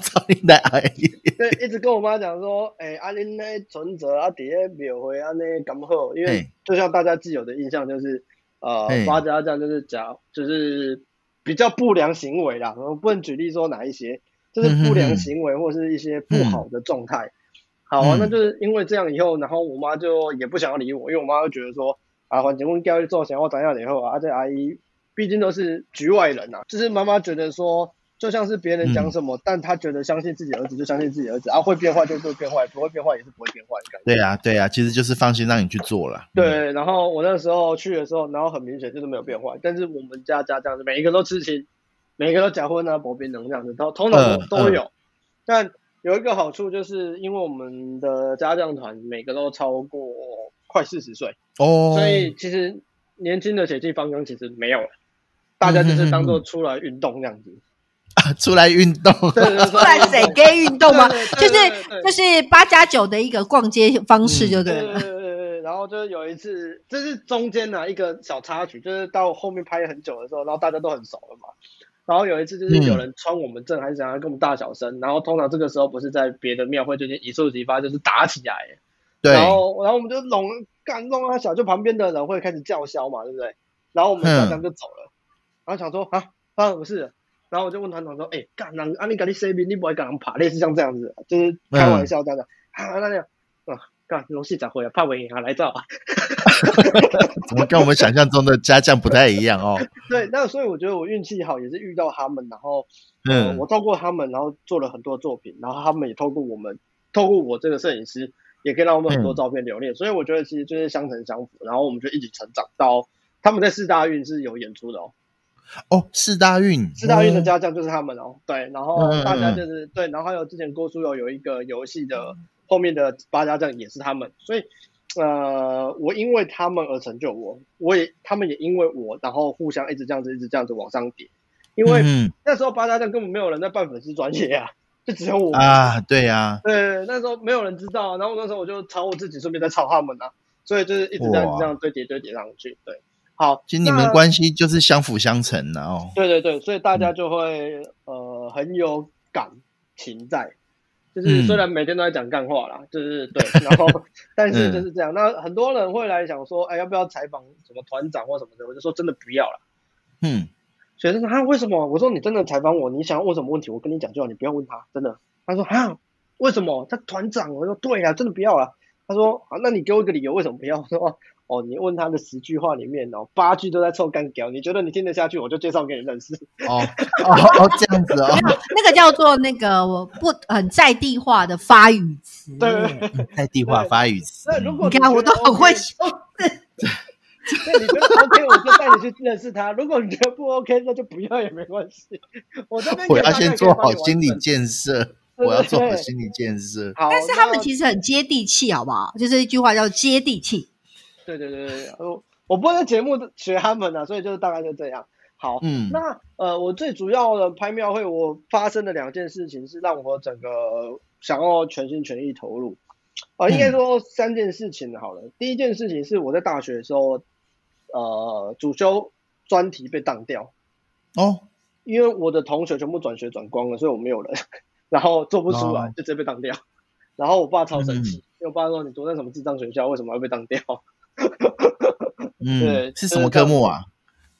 Speaker 1: 超龄的阿姨，
Speaker 3: 对，一直跟我妈讲说，哎、啊，恁那存折啊，底下庙会啊，那刚好，因为
Speaker 1: 嘿
Speaker 3: 就像大家既有的印象就是，呃
Speaker 1: 嘿，
Speaker 3: 八家将就是讲就是比较不良行为啦，我不能举例说哪一些，就是
Speaker 1: 嗯
Speaker 3: 不良行为或是一些不好的状态。好啊，
Speaker 1: 嗯
Speaker 3: 那就是因为这样以后，然后我妈就也不想要理我，因为我妈就觉得说啊，反正我教育之后想要怎样以后啊，啊这阿姨毕竟都是局外人啊，就是妈妈觉得说。就像是别人
Speaker 1: 嗯
Speaker 3: 讲什么，但她觉得相信自己儿子就相信自己儿子，啊会变坏就会变坏，不会变坏也是不会变坏的感觉。
Speaker 1: 对啊，对啊，其实就是放心让你去做了。嗯，
Speaker 3: 对，然后我那时候去的时候，然后很明显就是没有变坏，但是我们家家这样子，每一个都知情，每一个都假婚啊、薄冰能这样子，都通常
Speaker 1: 嗯
Speaker 3: 都都有。但有一个好处就是，因为我们的家教团每个都超过快四十岁，
Speaker 1: 哦，
Speaker 3: 所以其实年轻的血气方刚其实没有了，大家就是当做出来运动这样子。
Speaker 1: *laughs* 出来运
Speaker 3: *laughs*
Speaker 1: 动，
Speaker 3: 对对对
Speaker 2: 不然谁给运动吗？
Speaker 3: 对
Speaker 2: 就
Speaker 3: 对
Speaker 2: 是
Speaker 3: 对对对嗯
Speaker 2: 就是八加九的一个逛街方式，就对
Speaker 3: 对
Speaker 2: 了。
Speaker 3: 对对对对，然后就是有一次，这是中间呢、一个小插曲，就是到后面拍很久的时候，然后大家都很熟了嘛。然后有一次就是有人穿我们正还是想要跟我们大小声，然后通常这个时候不是在别的庙会就间一触即发，就是打起来。
Speaker 1: 对，
Speaker 3: 然后然后我们就拢干弄他小，就旁边的人会开始叫嚣嘛，对不对？然后我们团长就走了，然后想说啊发生什么事了？然后我就问团长说，哎、干人啊你赶紧 C B，你不会赶人爬，类似像这样子，啊就是开玩笑这样的、啊那样啊干龙戏咋回来，怕我赢啊来照啊，
Speaker 1: 怎么跟我们想象中的家将不太一样哦？
Speaker 3: 对，那所以我觉得我运气好，也是遇到他们，然后呃
Speaker 1: 嗯
Speaker 3: *laughs* 我透过他们，然后做了很多作品，然后他们也透过我们，透过我这个摄影师，也可以让我们很多照片留念。所以我觉得其实就是相成相辅，然后我们就一起成长到他们在四大运是有演出的哦，
Speaker 1: 哦，四大运，
Speaker 3: 四大运的
Speaker 1: 哦
Speaker 3: 家将就是他们哦，对，然后大家就是、对，然后还有之前郭书友有一个游戏的后面的八家将也是他们，所以。呃，我因为他们而成就我，我也他们也因为我，然后互相一直这样子，一直这样子往上叠。因为
Speaker 1: 嗯
Speaker 3: 那时候八大将根本没有人在办粉丝专业啊， *laughs* 就只有我。
Speaker 1: 啊，对啊，
Speaker 3: 对，那时候没有人知道啊，然后那时候我就抄我自己，顺便再抄他们啊，所以就是一直这样
Speaker 1: 哇
Speaker 3: 子这样堆叠堆叠上去。对，好，
Speaker 1: 其实你们
Speaker 3: 那
Speaker 1: 关系就是相辅相成的哦。
Speaker 3: 对对对，所以大家就会、呃很有感情在，就是
Speaker 1: 嗯
Speaker 3: 虽然每天都在讲干话啦，就是对，然
Speaker 1: *laughs*
Speaker 3: 后但
Speaker 1: 嗯
Speaker 3: 是就是这样。那很多人会来想说，哎，要不要采访什么团长或什么的？我就说真的不要了。
Speaker 1: 嗯，
Speaker 3: 学生说啊，为什么？我说你真的采访我，你想要问什么问题，我跟你讲就好，你不要问他，真的。他说啊，为什么？他团长，我说对啊，真的不要了。他说啊，那你给我一个理由，为什么不要？我说哦，你问他的十句话里面哦，八句都在臭干屌，你觉得你听得下去，我就介绍给你认识。 *laughs*
Speaker 1: 哦哦哦，这样子哦，
Speaker 2: 没有那个叫做那个我不很在地化的发语词。
Speaker 3: 对， *laughs*
Speaker 1: 嗯在地化发语词。
Speaker 3: 那如果
Speaker 2: 你看我都很会
Speaker 3: 修对，你觉得 OK，我就带你去认识他。如果你觉得不 OK，那就不要也没关系。 *laughs* 我这边
Speaker 1: 我
Speaker 3: 给
Speaker 1: 要
Speaker 3: 大概
Speaker 1: 先
Speaker 3: 可以
Speaker 1: 做
Speaker 3: 帮
Speaker 1: 好
Speaker 3: 你完
Speaker 1: 心理
Speaker 3: 成
Speaker 1: 建设，
Speaker 3: 对
Speaker 1: 我要做好
Speaker 3: 对
Speaker 1: 心理建设。
Speaker 3: 好，
Speaker 2: 但是他们
Speaker 3: 那
Speaker 2: 其实很接地气，好不好？就是一句话叫接地气。
Speaker 3: 对对对对对，我我不会在节目学他们啊，所以就是大概就这样。好，
Speaker 1: 嗯
Speaker 3: 那呃，我最主要的拍庙会，我发生的两件事情是让我整个想要全心全意投入。啊、
Speaker 1: 嗯
Speaker 3: 应该说三件事情好了。第一件事情是我在大学的时候，呃，主修专题被当掉，
Speaker 1: 哦，
Speaker 3: 因为我的同学全部转学转光了，所以我没有人，然后做不出来，
Speaker 1: 哦
Speaker 3: 就直接被当掉。然后我爸超生气，因为我爸说你读那什么智障学校，为什么要被当掉？
Speaker 1: 嗯
Speaker 3: 对，
Speaker 1: 是
Speaker 3: 就是
Speaker 1: 什么科目啊？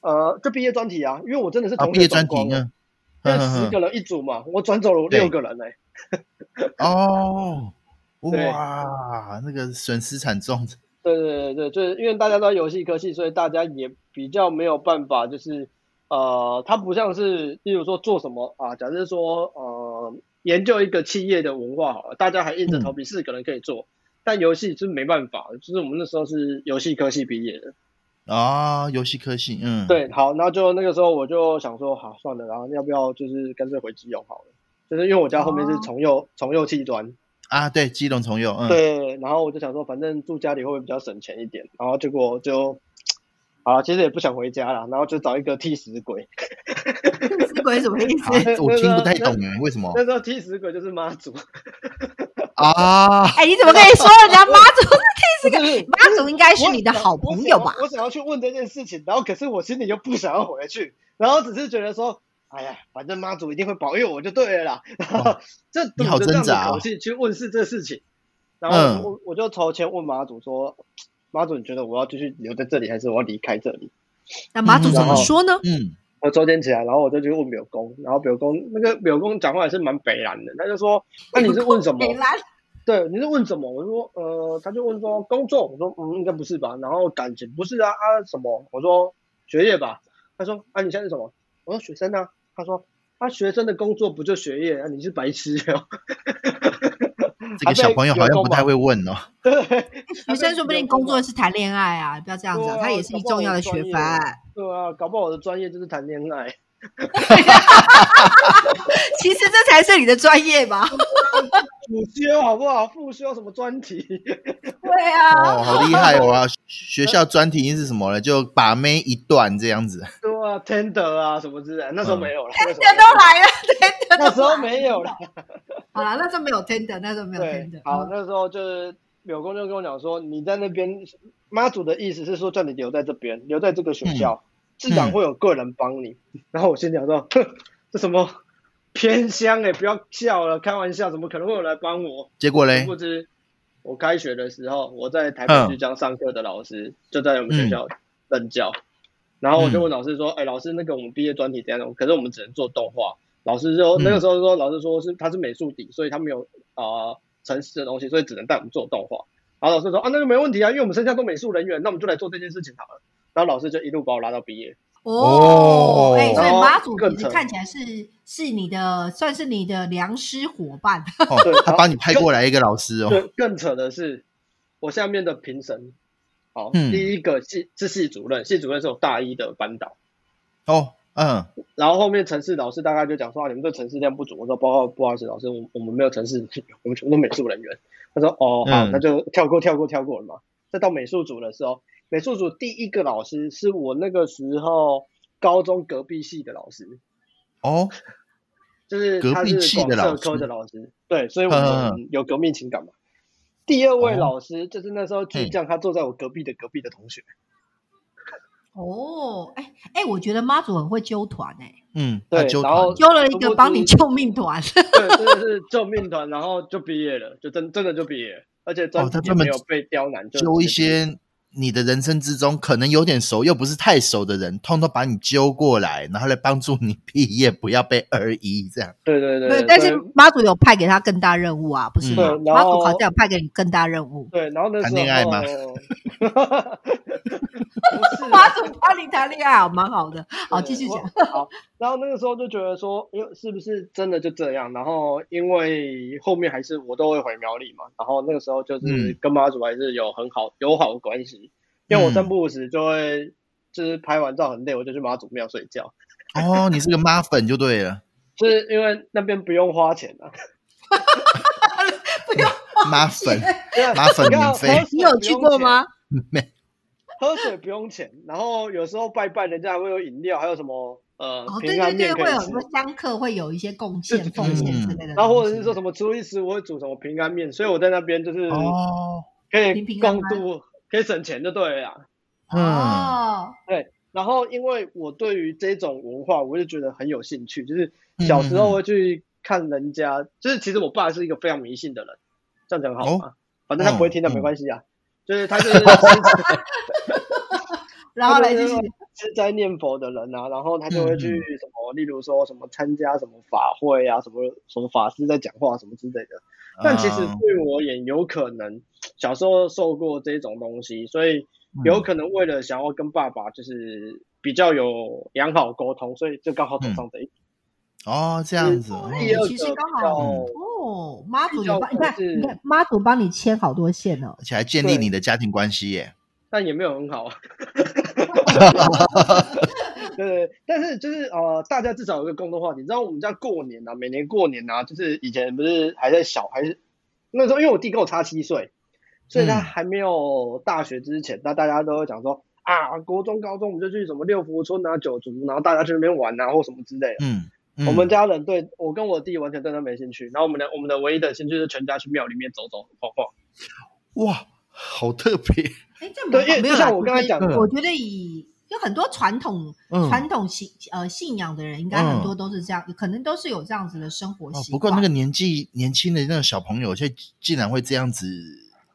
Speaker 3: 呃，就毕业专题啊，因为我真的是
Speaker 1: 啊，
Speaker 3: 同
Speaker 1: 毕
Speaker 3: 学
Speaker 1: 业专
Speaker 3: 转
Speaker 1: 题
Speaker 3: 光了，
Speaker 1: 呢？
Speaker 3: 因为
Speaker 1: 哼哼
Speaker 3: 十个人一组嘛，我转走了
Speaker 1: 对
Speaker 3: 六个人哎、
Speaker 1: 哦，
Speaker 3: 对
Speaker 1: 哇，那个损失惨重。
Speaker 3: 对对对对，就是因为大家都在游戏科系，所以大家也比较没有办法，就是呃，它不像是，例如说做什么啊，假设说呃，研究一个企业的文化好了，大家还硬着头皮四个人可以做，但游戏是没办法，就是我们那时候是游戏科系毕业的，
Speaker 1: 啊，游戏科系，嗯，，
Speaker 3: 对，好，那就那个时候我就想说，好算了，然后要不要就是干脆回基隆好了，就是因为我家后面是
Speaker 2: 哦
Speaker 3: 重幼重幼器专，
Speaker 1: 啊，对，基隆重佑，嗯，，
Speaker 3: 对，然后我就想说，反正住家里会不会比较省钱一点？然后结果就，啊，其实也不想回家啦，然后就找一个替死鬼。
Speaker 2: 死鬼什么意
Speaker 1: 啊
Speaker 3: *laughs*
Speaker 2: 思？
Speaker 1: 我听不太懂哎，为什么
Speaker 3: 那时候替死鬼就是妈祖，
Speaker 1: 啊？
Speaker 2: 哎，你怎么可以说人家妈祖 *laughs* 是替死
Speaker 3: 不
Speaker 2: 鬼？
Speaker 3: 是
Speaker 2: 妈祖应该是你的好朋友吧？
Speaker 3: 我想要我想要去问这件事情，然后可是我心里又不想要回去，然后只是觉得说，哎呀，反正妈祖一定会保佑我就对了啦。然
Speaker 1: 哦
Speaker 3: 后 *laughs* 就
Speaker 1: 你
Speaker 3: 赌
Speaker 1: 好
Speaker 3: 着这样
Speaker 1: 挣
Speaker 3: 的
Speaker 1: 扎哦
Speaker 3: 口气去问是这事情，然
Speaker 1: 嗯
Speaker 3: 后我我就筹钱问妈祖说，妈祖你觉得我要继续留在这里，还是我要离开这里？
Speaker 2: 那妈祖怎么说呢？
Speaker 1: 嗯，
Speaker 3: 我呃周天起来，然后我就去问表公，然后表公那个表公讲话也是蛮北蓝的，他就说：“那、你是问什么？”
Speaker 2: 北兰
Speaker 3: 对，你是问什么？我说，呃，他就问说工作，我说，嗯，应该不是吧？然后感情不是啊啊什么？我说学业吧。他说，啊，你现在是什么？我说学生啊。他说，啊，学生的工作不就学业？啊，你是白痴哦。 *laughs* 啊
Speaker 1: 这个小朋友好像不太会问哦。
Speaker 2: 女生说不定工作是谈恋爱啊，不要这样子、
Speaker 3: 对
Speaker 2: 啊，
Speaker 3: 啊
Speaker 2: 它也是一重要的学分。
Speaker 3: 对啊，搞不好我的专业就是谈恋爱。
Speaker 2: 其实这才是你的专业吧？
Speaker 3: 主修好不好？副修什么专题？ *laughs*
Speaker 2: 对啊，
Speaker 1: *laughs* 哦，好厉害哦！啊，学校专题是什么呢？就把妹一段这样子。 *laughs*
Speaker 3: 对啊，tender 啊什么之类的。那时候没有了，那时
Speaker 2: 人
Speaker 3: 候没有
Speaker 2: 都来了，对
Speaker 3: *laughs* 那时候没有了。
Speaker 2: 好了，那时候没有 tender，那时候没有
Speaker 3: 对
Speaker 2: tender，。
Speaker 3: 好，
Speaker 2: 嗯
Speaker 3: 那时候就是柳公就跟我讲说，你在那边，妈祖的意思是说叫你留在这边，留在这个学校，
Speaker 2: 嗯
Speaker 3: 自然会有个人帮你。然后我心想说，哼，这什么偏乡哎、不要笑了，开玩笑，怎么可能会有人来帮我？
Speaker 1: 结果嘞
Speaker 3: 殊，不知，我开学的时候，我在台北
Speaker 1: 嗯
Speaker 3: 剧江上课的老师就在我们学校任教，然后我就问老师说：“哎、老师，那个我们毕业专题怎样弄？可是我们只能做动画。”老师说：“
Speaker 1: 嗯
Speaker 3: 那个时候说，老师说是他是美术底，所以他没有啊城市的东西，所以只能带我们做动画。”然后老师说：“啊，那就没问题啊，因为我们剩下都美术人员，那我们就来做这件事情好了。”然后老师就一路把我拉到毕业，
Speaker 2: 哦，哎，所以
Speaker 3: 然后
Speaker 2: 妈祖其
Speaker 3: 更
Speaker 2: 实
Speaker 3: 扯
Speaker 2: 看起来是是你的，算是你的良师伙伴。 *laughs*
Speaker 1: 哦
Speaker 3: 对，
Speaker 1: 他把你派过来一个老师哦。
Speaker 3: 更更扯的是，我下面的评审，好，
Speaker 1: 嗯
Speaker 3: 第一个系是系主任，系主任是我大一的班导。
Speaker 1: 哦，嗯，
Speaker 3: 然后后面城市老师大概就讲说啊，你们这城市量不足。我说不好不好意思，老师，我我们没有城市， *laughs* 我们全部都美术人员。他说哦好，
Speaker 1: 嗯
Speaker 3: 那就跳过跳过跳过了嘛。再到美术组的时候，美术组第一个老师是我那个时候高中隔壁系的老师，
Speaker 1: 哦，
Speaker 3: 就是
Speaker 1: 隔
Speaker 3: 他
Speaker 1: 壁
Speaker 3: 是
Speaker 1: 系
Speaker 3: 广
Speaker 1: 的
Speaker 3: 社
Speaker 1: 老
Speaker 3: 科
Speaker 1: 师
Speaker 3: 的老师，对，所以我
Speaker 1: 嗯
Speaker 3: 们有革命情感嘛。第二位
Speaker 1: 哦
Speaker 3: 老师就是那时候巨匠，他坐在我隔壁的隔壁的同学。
Speaker 2: 哦，哎哎，我觉得妈祖很会揪团哎，
Speaker 1: 嗯，
Speaker 3: 对
Speaker 1: 他纠
Speaker 3: 然后
Speaker 1: 团。
Speaker 2: 揪了一个
Speaker 3: 我
Speaker 2: 帮你
Speaker 3: 只
Speaker 2: 救命团。
Speaker 3: 对，真的是救命团，然后就毕业了，就真真的就毕业了，而且专
Speaker 1: 哦
Speaker 3: 辑
Speaker 1: 他
Speaker 3: 也
Speaker 1: 专门
Speaker 3: 没有被刁难，就
Speaker 1: 揪一
Speaker 3: 直接毕业
Speaker 1: 些你的人生之中可能有点熟又不是太熟的人，通通把你揪过来，然后来帮助你毕业，不要被二一
Speaker 3: *laughs*
Speaker 1: 这样。
Speaker 3: 对对 *laughs* 对，
Speaker 2: 对，
Speaker 3: 对
Speaker 2: 但
Speaker 3: 所以
Speaker 2: 是妈祖有派给他更大任务啊，不
Speaker 1: 嗯
Speaker 2: 是吗？
Speaker 3: 对然
Speaker 2: 妈祖
Speaker 3: 后
Speaker 2: 好像有派给你更大任务。
Speaker 3: 对，然后那时候
Speaker 1: 谈恋爱吗
Speaker 3: 不是
Speaker 2: 妈
Speaker 3: 啊
Speaker 2: 祖帮你谈恋爱好，蛮好的。 *laughs* 好，继续。
Speaker 3: 对
Speaker 2: 讲。
Speaker 3: 我好，然后那个时候就觉得说，因为是不是真的就这样？然后因为后面还是我都会回苗栗嘛，然后那个时候就是
Speaker 1: 嗯
Speaker 3: 跟妈祖还是有很好友好的关系，因为我三不五时就会就是拍完照很累，我就去妈祖庙睡觉，
Speaker 1: 哦，你是个妈粉就对
Speaker 3: *laughs*
Speaker 1: 了，
Speaker 3: 就是因为那边不用花钱啊。 *laughs*
Speaker 1: 妈
Speaker 3: *laughs*
Speaker 1: 粉
Speaker 3: 对
Speaker 1: 麻烦
Speaker 3: 你看
Speaker 1: 免费
Speaker 3: 喝水
Speaker 2: 你有
Speaker 3: 不
Speaker 2: 去
Speaker 3: 用
Speaker 2: 过
Speaker 3: 钱啊
Speaker 2: 吗？？
Speaker 1: 没
Speaker 3: 喝水不用钱，然后有时候拜拜，人家还会有饮料，还有什么呃
Speaker 2: 哦，对
Speaker 3: 平安
Speaker 2: 对对，
Speaker 3: 面
Speaker 2: 会
Speaker 3: 可以
Speaker 2: 有
Speaker 3: 吃
Speaker 2: 什。么香客会有一些贡献、
Speaker 3: 对
Speaker 2: 奉献之类的东西。哦
Speaker 3: 嗯然后或者是说什么初一十五会煮什么平安面，所以我在那边就是
Speaker 1: 哦，
Speaker 3: 可
Speaker 2: 平
Speaker 3: 以
Speaker 2: 平安
Speaker 3: 共度，可以省钱就对了啦。
Speaker 1: 嗯，
Speaker 2: 哦，
Speaker 3: 然后因为我对于这种文化，我就觉得很有兴趣，就是
Speaker 2: 嗯
Speaker 3: 小时候会去看人家，就是其实我爸是一个非常迷信的人，这样讲好
Speaker 2: 哦
Speaker 3: 吗？反正他不会听的，
Speaker 1: 嗯
Speaker 3: 没关系啊。就是他就是
Speaker 2: *laughs*
Speaker 3: 吃
Speaker 2: 然后来就是
Speaker 3: 他吃斋念佛的人啊，然后他就会去什么，例如说什么参加什么法会啊，什么什么法师在讲话什么之类的。但其实
Speaker 1: 嗯
Speaker 3: 对我也有可能小时候受过这种东西，所以
Speaker 1: 嗯
Speaker 3: 有可能为了想要跟爸爸就是比较有良好沟通，所以就刚好走上这一
Speaker 1: 哦这样子哦，
Speaker 2: 哦
Speaker 3: 第二个
Speaker 2: 其
Speaker 3: 比
Speaker 2: 实
Speaker 3: 较
Speaker 2: 刚好哦，妈祖有帮你
Speaker 3: 比较
Speaker 2: 看
Speaker 3: 像，是
Speaker 2: 你看妈祖帮你牵好多线哦。
Speaker 1: 而且还建立你的家庭关系耶。
Speaker 3: 但也没有很好
Speaker 1: *laughs*
Speaker 3: 啊。对，但是就是呃，大家至少有个共同话题。你知道我们家过年啊，每年过年啊，就是以前不是还在小，还是那时候，因为我弟跟我差七岁，所以他
Speaker 1: 嗯
Speaker 3: 还没有大学之前，那大家都会讲说啊，国中、高中我们就去什么六福村啊、九族，然后大家去那边玩啊，或什么之类的。
Speaker 1: 嗯，嗯
Speaker 3: 我们家人对我跟我弟完全对他没兴趣，然后我们的我们的唯一的兴趣是全家去庙里面走走晃晃。
Speaker 1: *laughs* 哇，好特
Speaker 3: *laughs*
Speaker 1: 别，
Speaker 2: 哎，这蛮
Speaker 3: 对，因
Speaker 2: 好
Speaker 3: 为
Speaker 2: 没有
Speaker 3: 就
Speaker 2: 啦
Speaker 3: 像我刚才讲的
Speaker 1: 我，
Speaker 2: 我觉得以有很多传统、
Speaker 1: 嗯
Speaker 2: 传统信呃信仰的人，应该
Speaker 1: 嗯
Speaker 2: 很多都是这样，可能都是有这样子的生活
Speaker 1: 哦，
Speaker 2: 习惯。
Speaker 1: 不过那个年纪年轻的那个小朋友，却竟然会这样子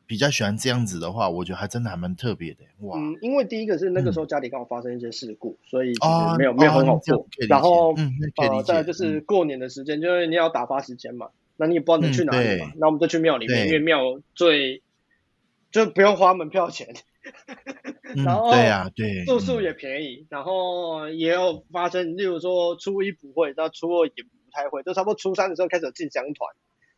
Speaker 1: 比较喜欢这样子的话，我觉得还真的还蛮特别的。哇，
Speaker 3: 嗯，因为第一个是那个时候家里刚好发生一些事故，所以其
Speaker 1: 哦
Speaker 3: 实没有、没有
Speaker 1: 哦
Speaker 3: 很好
Speaker 1: 这样
Speaker 3: 过
Speaker 1: 可以理。解
Speaker 3: 然后、
Speaker 1: 嗯那可以理
Speaker 3: 呃，
Speaker 1: 解嗯
Speaker 3: 再来就是过年的时间，就是你要打发时间嘛，那你也不知道能去哪里嘛，
Speaker 1: 嗯对
Speaker 3: 那我们就去庙里面，
Speaker 1: 对
Speaker 3: 因为庙最就不用花门票钱，
Speaker 1: 嗯，
Speaker 3: 然后
Speaker 1: 对啊，对，
Speaker 3: 住宿
Speaker 1: 嗯
Speaker 3: 也便宜，然后也有发生，例如说初一不会，到初二也不太会，就差不多初三的时候开始有进香团，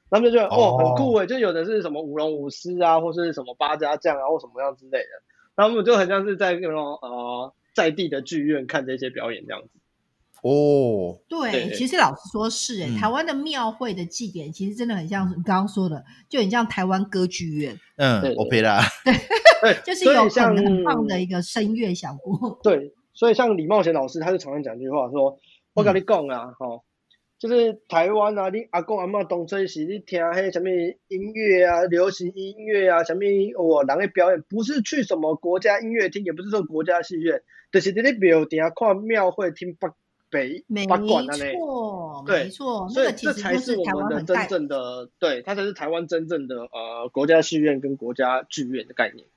Speaker 3: 他们就觉得哦
Speaker 1: 哦
Speaker 3: 很酷诶，就有的是什么舞龙舞狮啊，或是什么八家将啊，或什么样之类的，然后他们就很像是在那种呃在地的剧院看这些表演这样子。
Speaker 1: 哦，
Speaker 2: 对，
Speaker 3: 对
Speaker 2: 其实老实说是、欸，
Speaker 1: 嗯
Speaker 2: 台湾的庙会的祭典其实真的很像你刚刚说的，就很像台湾歌剧院，
Speaker 1: 嗯
Speaker 3: 对对
Speaker 1: ，OK 啦，
Speaker 3: 对，
Speaker 2: 就是
Speaker 3: 所以
Speaker 2: 有很
Speaker 3: 像
Speaker 2: 很棒的一个声乐响鼓。
Speaker 3: 对，所以像李茂贤老师，他就常常讲一句话说：“我跟你讲啊，吼、就是台湾啊，你阿公阿嬷当初时，你听迄什么音乐啊，流行音乐啊，什么哦，人的表演，不是去什么国家音乐厅，也不是说国家戏院，就是在你庙顶看庙会，听八
Speaker 2: *laughs*
Speaker 3: 北
Speaker 2: 没
Speaker 3: 八馆啊嘞。
Speaker 2: 错，
Speaker 3: 对
Speaker 2: 没错，那
Speaker 3: 所
Speaker 2: 个
Speaker 3: 以
Speaker 2: 其
Speaker 3: 这
Speaker 2: 实
Speaker 3: 才
Speaker 2: 就是
Speaker 3: 我
Speaker 2: 台
Speaker 3: 们
Speaker 2: 湾
Speaker 3: 的
Speaker 2: 很
Speaker 3: 真
Speaker 2: 带
Speaker 3: 正的，对，它才是台湾真正的呃国家戏院跟国家剧院的概念。